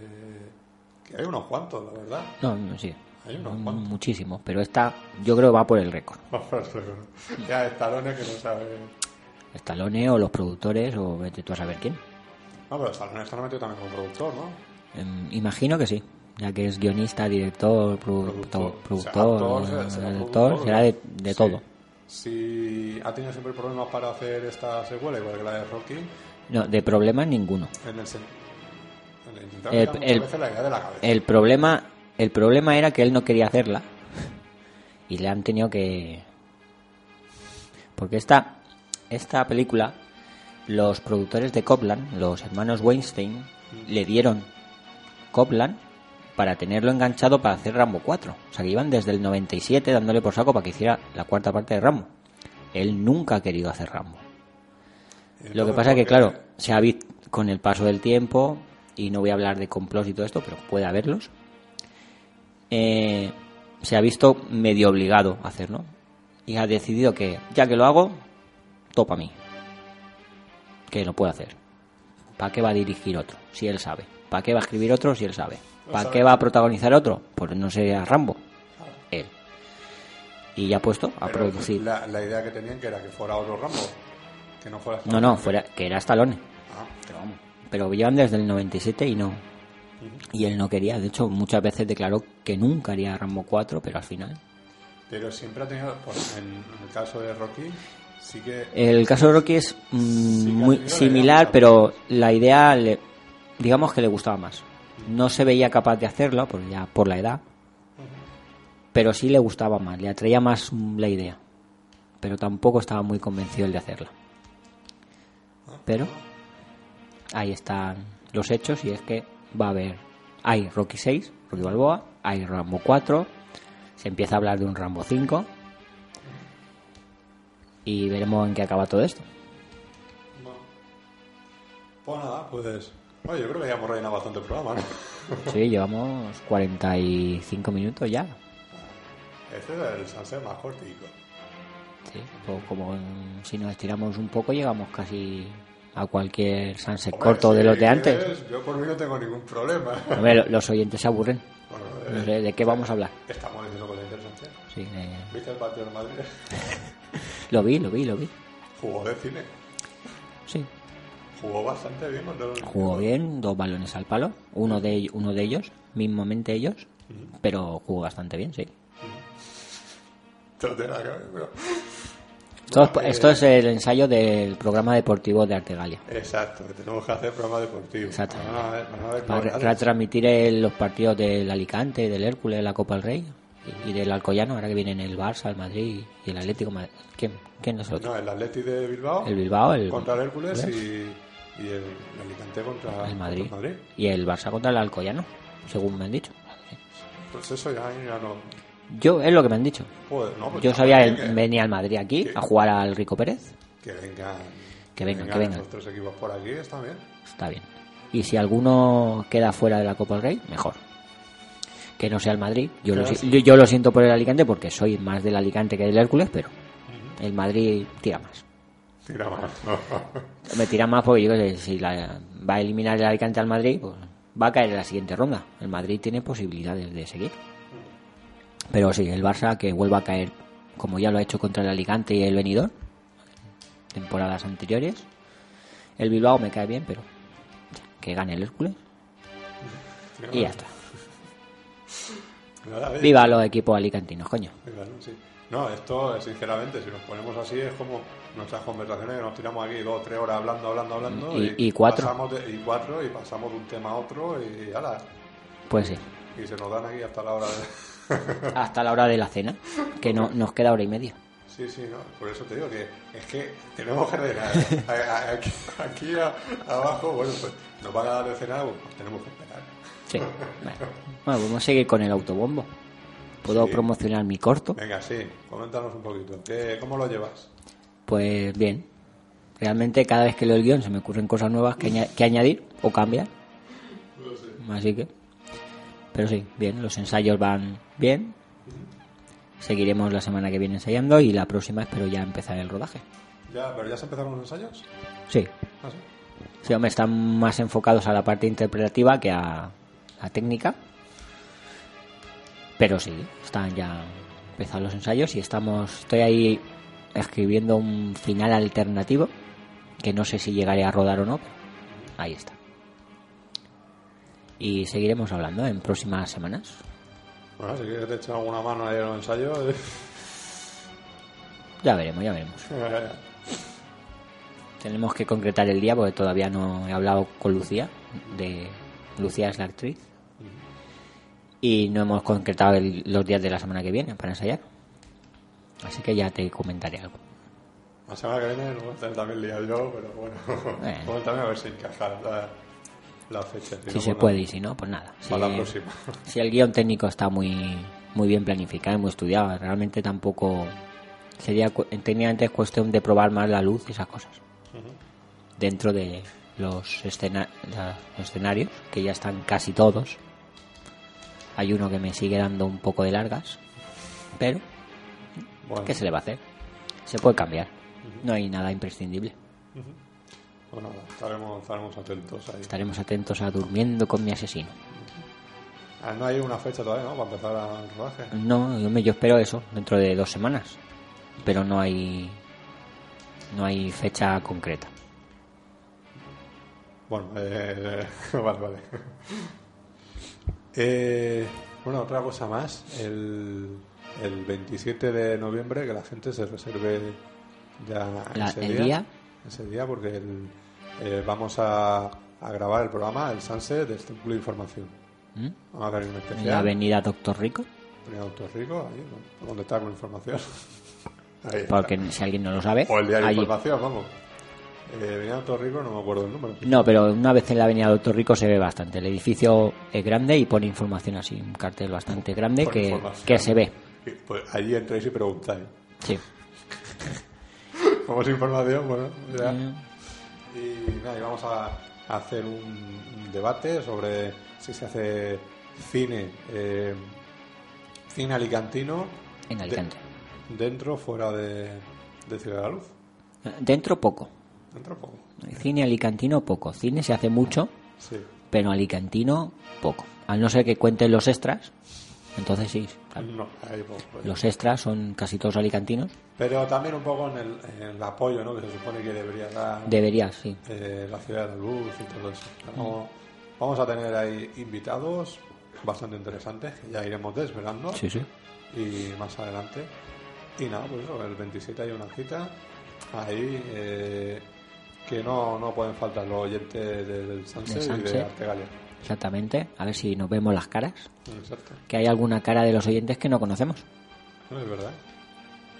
A: que hay unos cuantos, la verdad.
C: No, no sí.
A: Hay unos cuantos.
C: Muchísimos, pero esta yo creo va por el récord.
A: ya Stallone que no sabe...
C: Stallone o los productores o vete tú a saber quién.
A: No, pero Stallone está metido también como productor, ¿no?
C: Em, imagino que sí, ya que es guionista, director, produ-
A: Productor.
C: to-
A: O sea,
C: productor, eh,
A: será- será
C: director,
A: productor,
C: será de,
A: ¿no?
C: de
A: Sí.
C: todo.
A: Si ha tenido siempre problemas para hacer esta secuela, igual que la de Rocky,
C: No, de problemas ninguno.
A: en el sentido... Intentaba
C: El-
A: quitar muchas
C: el-
A: veces la idea de la cabeza.
C: El problema, el problema era que él no quería hacerla. Y le han tenido que. Porque esta, esta película, los productores de Copland, los hermanos Weinstein, le dieron Copland para tenerlo enganchado para hacer Rambo 4. O sea que iban desde el 97 dándole por saco para que hiciera la cuarta parte de Rambo. Él nunca ha querido hacer Rambo. Lo que
A: Entonces,
C: pasa es que,
A: ¿por qué?
C: claro, se ha visto con el paso del tiempo, y no voy a hablar de complots y todo esto, pero puede haberlos, eh, se ha visto medio obligado a hacerlo. Y ha decidido que, ya que lo hago, topa a mí. Que lo puede hacer. ¿Para qué va a dirigir otro? Si él sabe. ¿Para qué va a escribir otro? Si él sabe. ¿Para qué va a protagonizar otro? Pues no sería Rambo. Él. Y ya ha puesto a
A: Pero
C: producir.
A: La, la idea que tenían que era que fuera otro Rambo. Que no fuera
C: No,
A: Stallone.
C: no, fuera, que era Stallone.
A: Ah,
C: pero llevan desde el 97 y no. Y él no quería, de hecho muchas veces declaró que nunca haría Rambo 4, pero al final.
A: Pero siempre ha tenido, pues, en, en el caso de Rocky, sí que...
C: El caso de Rocky es mm,
A: Sí,
C: muy
A: Casimiro le
C: similar,
A: da
C: pero la idea, le- digamos que le gustaba más. No se veía capaz de hacerlo por, ya, por la edad, pero sí le gustaba más, le atraía más mm, la idea. Pero tampoco estaba muy convencido él de hacerla. Pero ahí están los hechos y es que va a haber, hay Rocky 6, Rocky Balboa, hay Rambo 4, se empieza a hablar de un Rambo 5 y veremos en qué acaba todo esto.
A: no. Pues nada, pues... Oye, yo creo que ya hemos rellenado bastante el programa, ¿no?
C: Sí, llevamos 45 minutos ya.
A: Este es el sunset más cortico.
C: Sí, pues como mm, si nos estiramos un poco llegamos casi a cualquier sunset
A: Hombre,
C: corto
A: si
C: de los de antes.
A: quieres, Yo por mí no tengo ningún problema.
C: Hombre, lo- los oyentes se aburren.
A: Bueno, eh,
C: No sé, ¿de qué vamos a hablar?
A: Estamos diciendo cosas interesantes.
C: Sí, de-
A: ¿Viste el partido de Madrid?
C: Lo vi, lo vi, lo vi.
A: Jugó de cine.
C: Sí.
A: Jugó bastante bien contra los
C: Jugó bien, dos balones al palo. Uno de, ell- uno de ellos, mismamente ellos, pero jugó bastante bien, sí.
A: Esto no tiene nada que ver, pero-
C: Esto es, esto es el ensayo del programa deportivo de Artegalia.
A: Exacto, que tenemos que hacer programa deportivo.
C: Exacto.
A: Vamos a ver, vamos a ver cómo
C: Para re-
A: haces.
C: retransmitir el- los partidos del Alicante, del Hércules, la Copa del Rey y, y del Alcoyano, ahora que vienen el Barça, el Madrid y el Atlético. Ma- ¿Quién, quién es el otro?
A: No, el Atleti de Bilbao.
C: El Bilbao, el,
A: Contra el Hércules y, y el Alicante contra
C: el Madrid.
A: contra el Madrid.
C: Y el Barça contra el Alcoyano, según me han dicho.
A: Pues eso ya, ya no.
C: Yo, es lo que me han dicho.
A: Joder, no, pues
C: Yo
A: ya,
C: sabía
A: pues
C: que
A: que,
C: venía al Madrid aquí
A: que-
C: a jugar al Rico Pérez.
A: que vengan.
C: Que vengan, que vengan.
A: Los tres equipos por aquí, está bien.
C: Está bien. Y si alguno queda fuera de la Copa del Rey, mejor. Que no sea el Madrid. Yo, lo,
A: Claro,
C: si- yo, yo lo siento por el Alicante porque soy más del Alicante que del Hércules, pero el Madrid tira más.
A: Tira más. ¿no?
C: Me tira más porque yo creo que si la- va a eliminar el Alicante al Madrid, pues va a caer en la siguiente ronda. El Madrid tiene posibilidades de seguir. Pero sí, el Barça que vuelva a caer, como ya lo ha hecho contra el Alicante y el Benidorm, temporadas anteriores. El Bilbao me cae bien, pero que gane el Hércules. Y ya está.
A: Nada, oye,
C: Viva los equipos alicantinos, coño.
A: Venga, ¿no? Sí. No, esto, eh, sinceramente, si nos ponemos así, es como nuestras conversaciones que nos tiramos aquí dos o tres horas hablando, hablando, hablando.
C: Y- y cuatro.
A: Pasamos de- y cuatro, y pasamos de un tema a otro, y ala.
C: Pues sí.
A: Y se nos dan aquí hasta la hora de.
C: Hasta la hora de la cena, que no, nos queda hora y media.
A: Sí, sí, no. Por eso te digo que es que tenemos que cenar. A- a- Aquí, aquí a- abajo, bueno, pues nos van a dar de cenar, pues tenemos que esperar.
C: Sí. Bueno, Bueno, vamos a seguir con el autobombo. Puedo
A: Sí.
C: promocionar mi corto.
A: Venga, sí, coméntanos un poquito. ¿Qué- ¿Cómo lo llevas?
C: Pues bien. Realmente cada vez que leo el guión se me ocurren cosas nuevas que, aña- que añadir o cambiar. Así que. Pero sí, bien, los ensayos van bien. Seguiremos la semana que viene ensayando y la próxima espero ya empezar el rodaje.
A: ¿Ya, ¿Pero ya se empezaron los ensayos?
C: Sí,
A: ¿Ah, sí?
C: sí, hombre, están más enfocados a la parte interpretativa que a la técnica. Pero sí, están ya empezados los ensayos y estamos. Estoy ahí escribiendo un final alternativo que no sé si llegaré a rodar o no, pero ahí está. Y seguiremos hablando en próximas semanas.
A: Bueno, si quieres te echo alguna mano ahí en los ensayos.
C: Ya veremos, ya veremos. Tenemos que concretar el día porque todavía no he hablado con Lucía. De Lucía es la actriz. Y no hemos concretado el- los días de la semana que viene para ensayar. Así que ya te comentaré algo.
A: La semana que viene no voy a también liar yo, pero bueno.
C: Bueno.
A: Coméntame a ver si encaja la, la fecha.
C: Si
A: no,
C: se
A: pues
C: puede y si no, pues nada. Si,
A: Para la próxima.
C: si el guión técnico está muy, muy bien planificado y muy estudiado, realmente tampoco... Sería, cu- técnicamente es cuestión de probar más la luz y esas cosas. Dentro de los, escena- los escenarios, que ya están casi todos. Hay uno que me sigue dando un poco de largas, pero
A: no. Bueno,
C: ¿qué se le va a hacer? Se puede cambiar. No hay nada imprescindible.
A: pues nada, estaremos, estaremos atentos ahí.
C: Estaremos atentos a durmiendo con mi asesino.
A: Ah, no hay una fecha todavía, ¿no? Para empezar el rodaje.
C: No, yo, me, yo espero eso, dentro de dos semanas. Pero no hay. No hay fecha concreta.
A: Bueno, eh, vale, vale. Eh, bueno, otra cosa más. El, el 27 de noviembre que la gente se reserve ya
C: La-
A: ese
C: el
A: día.
C: día.
A: Ese día porque el- eh, vamos a, a grabar el programa, el Sunset, de este Club de Información.
C: ¿Mm?
A: Vamos a hacer un
C: En la
A: especial.
C: avenida Doctor Rico.
A: Primero Puerto Rico, ahí, ¿no? donde está con información. Ahí está.
C: Porque si alguien no lo sabe.
A: O el diario
C: allí.
A: Información, vamos. Eh, venía Puerto Rico, no me acuerdo el número.
C: No, pero una vez en la avenida Doctor Rico se ve bastante. El edificio es grande y pone información así, un cartel bastante grande
A: Por
C: ¿eh? que,
A: información.
C: que se ve.
A: Y, Pues allí entráis y preguntáis.
C: Sí.
A: Como es información, bueno, ya. Y nada, y vamos a hacer un, un debate sobre si se hace cine, eh, cine alicantino.
C: En Alicante.
A: de- dentro, fuera de, de Ciudad de la Luz.
C: Eh, Dentro poco.
A: Dentro poco.
C: Cine alicantino poco. Cine se hace mucho,
A: Sí.
C: pero alicantino poco. Al no ser que cuenten los extras, entonces sí. claro.
A: No, ahí poco. pues.
C: Los extras son casi todos alicantinos.
A: Pero también un poco en el, en el apoyo, ¿no? Que se supone que debería dar
C: Deberías, sí.
A: eh, la ciudad de la luz y todo eso.
C: Mm.
A: Vamos, vamos a tener ahí invitados bastante interesantes que ya iremos desvelando.
C: Sí, sí.
A: y más adelante. Y nada, pues eso, el 27 hay una cita ahí eh, que no, no pueden faltar los oyentes del Sunset, y
C: Del
A: de
C: Sunset.
A: Artegalia.
C: Exactamente. A ver si nos vemos las caras.
A: Exacto,
C: Que hay alguna cara de los oyentes que no conocemos.
A: no, es verdad.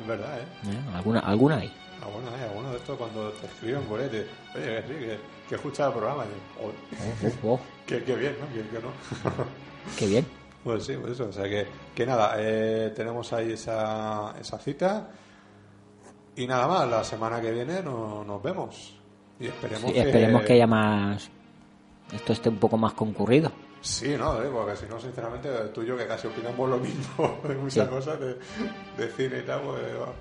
A: Es verdad, ¿eh?
C: ¿eh? Alguna, alguna hay.
A: Algunos, ¿eh? Algunos de estos cuando te escriben por ahí, te, oye, que sí, que, que escucha el programa, y yo, "Joder,
C: Oh, oh,
A: que, que bien, ¿no? Que, que no.
C: qué bien.
A: pues sí, pues eso, o sea que, que nada, eh, tenemos ahí esa, esa cita. Y nada más, la semana que viene no- nos vemos. Y esperemos,
C: Sí, esperemos que haya más. Esto esté un poco más concurrido.
A: Sí, no, eh, porque si no, sinceramente, tú y yo que casi opinamos lo mismo de muchas
C: Sí.
A: cosas de, de cine y tal, pues eh, va-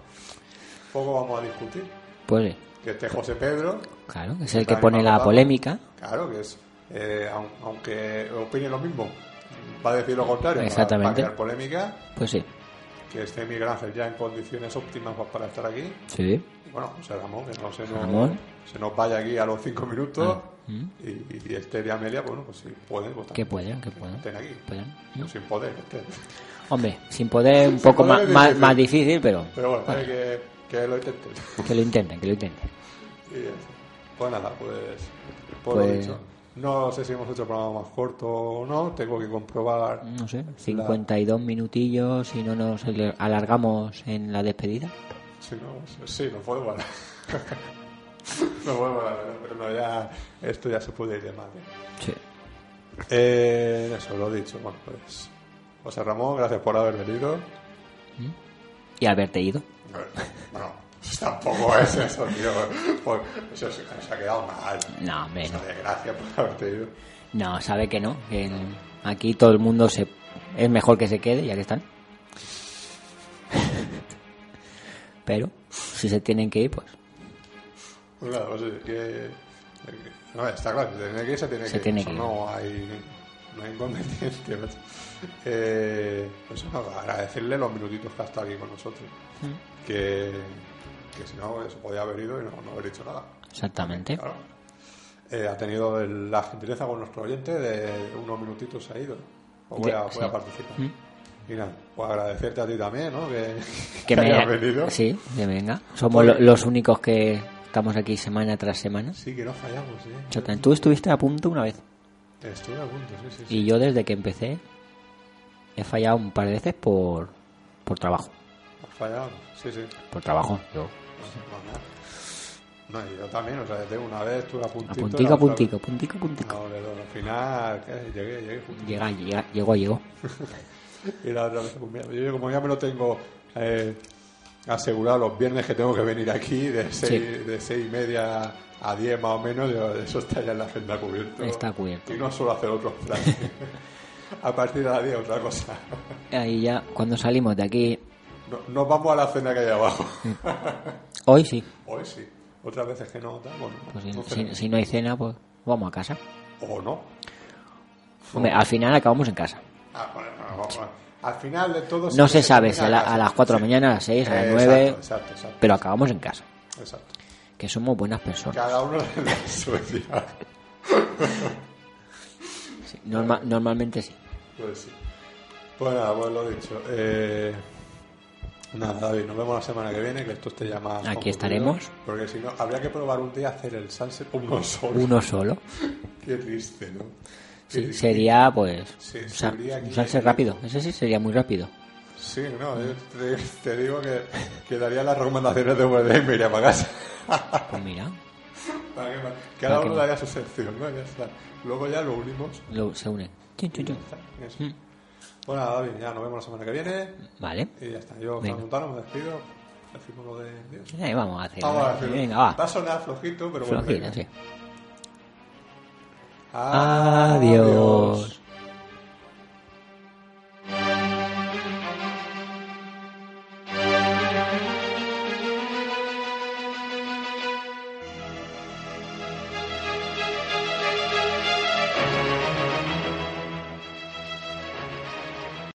A: poco vamos a discutir.
C: Pues eh,
A: Que esté José Pedro,
C: claro, es el que
A: También
C: pone
A: nos
C: la
A: votamos.
C: polémica.
A: claro, que es, eh, aun- aunque opine lo mismo, va a decir lo contrario, para-
C: Exactamente.
A: para crear polémica,
C: Pues sí.
A: que esté Miguel Ángel ya en condiciones óptimas pa- para estar aquí.
C: Sí.
A: Y Bueno, José Ramón, que no se nos,
C: Ramón.
A: se nos vaya aquí a los cinco minutos.
C: Mm.
A: Y, y Esther y Amelia, bueno, pues si pueden, pues
C: Que Pues
A: también
C: pueden, que pueden.
A: estén aquí.
C: Pueden.
A: No, sin poder, este. Esther.
C: Hombre, sin poder, un poco
A: poder
C: más,
A: es
C: más,
A: difícil.
C: más difícil, pero
A: Pero bueno, eh, que, que lo intenten.
C: que lo intenten, que lo intenten.
A: Y eso. Pues nada, pues, por lo
C: Pues-
A: dicho. No sé si hemos hecho el programa más corto o no, tengo que comprobar.
C: No sé, 52 minutillos y no nos ale- alargamos en la despedida.
A: Si no, sí, no puedo parar. no puedo parar, pero no, ya, esto ya se puede ir de madre.
C: Sí.
A: Eh, eso, lo dicho, bueno, pues. José Ramón, gracias por haber venido.
C: Y haberte ido.
A: Bueno, tampoco es eso, tío. Pues, eso se, se ha quedado mal.
C: No, hombre, no.
A: O sea, Gracias por haberte ido.
C: No, sabe que no. que el- aquí todo el mundo se es mejor que se quede, ya que están. Pero si se tienen que ir, pues
A: Pues nada, pues, eh, que- no, está claro, se tiene que ir, se tiene
C: Se
A: que ir.
C: tiene
A: Eso
C: que ir.
A: No hay, no hay inconveniente. macho. Eh, pues nada, agradecerle los minutitos que ha estado aquí con nosotros.
C: Mm.
A: Que, que si no, se podía haber ido y no, no haber dicho nada.
C: exactamente.
A: Claro. Eh, ha tenido el- la gentileza con nuestro oyente de unos minutitos se ha ido. O voy,
C: Ya,
A: a, voy
C: sí.
A: a participar. Y nada, pues agradecerte a ti también, ¿no? Que, que
C: Que me
A: hayas venido. Sí.
C: Sí, que venga. Somos lo- los únicos que estamos aquí semana tras semana.
A: que no fallamos, ¿eh?
C: Chotan, tú estuviste a punto una vez.
A: Estuve a punto, sí, sí. sí.
C: Y yo desde que empecé he fallado un par de veces por, por trabajo.
A: Has fallado, sí, sí.
C: Por trabajo, yo.
A: No, y yo también, o sea, yo tengo una vez estuve a puntito.
C: A puntico,
A: la
C: a
A: otra
C: puntico, puntico,
A: vez-
C: puntico.
A: No, pero al final ¿qué? llegué, llegué justo.
C: Llega, llega, llegó, llegó.
A: Y la otra vez, pues, mira, yo como ya me lo tengo eh, asegurado los viernes que tengo que venir aquí, de seis, de seis y media a 10 más o menos, yo- eso está ya en la agenda cubierto.
C: Está cubierto.
A: Y no suelo hacer otros planes. a partir de las 10 otra cosa.
C: Ahí ya, cuando salimos de aquí,
A: No- nos vamos a la cena que hay abajo.
C: hoy sí.
A: Hoy sí. Otras veces que no, tal, bueno,
C: Pues si,
A: no
C: si-
A: cenamos.
C: si no hay cena, pues vamos a casa.
A: O no.
C: Hombre, al final acabamos en casa.
A: Ah, bueno, no, no, no. Al final de todo...
C: No
A: siempre
C: se sabe si a, la-
A: termina
C: a las 4 de la mañana, a las 6, a las
A: Eh,
C: 9,
A: Exacto, exacto, exacto,
C: pero acabamos en casa.
A: exacto.
C: Que somos buenas personas.
A: Cada uno de su vecina.
C: Sí, norma- normalmente sí.
A: Pues sí. Pues nada, pues lo dicho. Eh, nada, David, nos vemos la semana que viene, que esto esté ya más...
C: Aquí
A: concluido,
C: estaremos.
A: Porque si no, habría que probar un día hacer el sunset uno solo.
C: Uno solo.
A: Qué triste, ¿no? Qué
C: Sí,
A: triste.
C: sería pues
A: Sí,
C: un sa-
A: sería
C: un
A: aquí
C: salse
A: en
C: rápido.
A: directo.
C: Ese sí sería muy rápido.
A: Sí, no, eh, te, te digo que, que daría las recomendaciones de VD y me iría para casa.
C: Pues mira,
A: Para que- Cada
C: Para que
A: uno
C: no.
A: daría su sección, ¿no? Ya está. Luego ya lo unimos.
C: lo, se unen. Chun, chun, chun.
A: Eso.
C: Mm.
A: Bueno, nada, David, ya nos vemos la semana que viene.
C: Vale.
A: Y ya está. Yo,
C: Venga.
A: Juan Montano, me despido. Decimos lo de Dios.
C: Ahí vamos a hacer.
A: Vamos a decirlo.
C: Venga,
A: Ah, Va a
C: va.
A: sonar flojito, pero bueno.
C: Flojito, sí.
A: Adiós.
C: Adiós.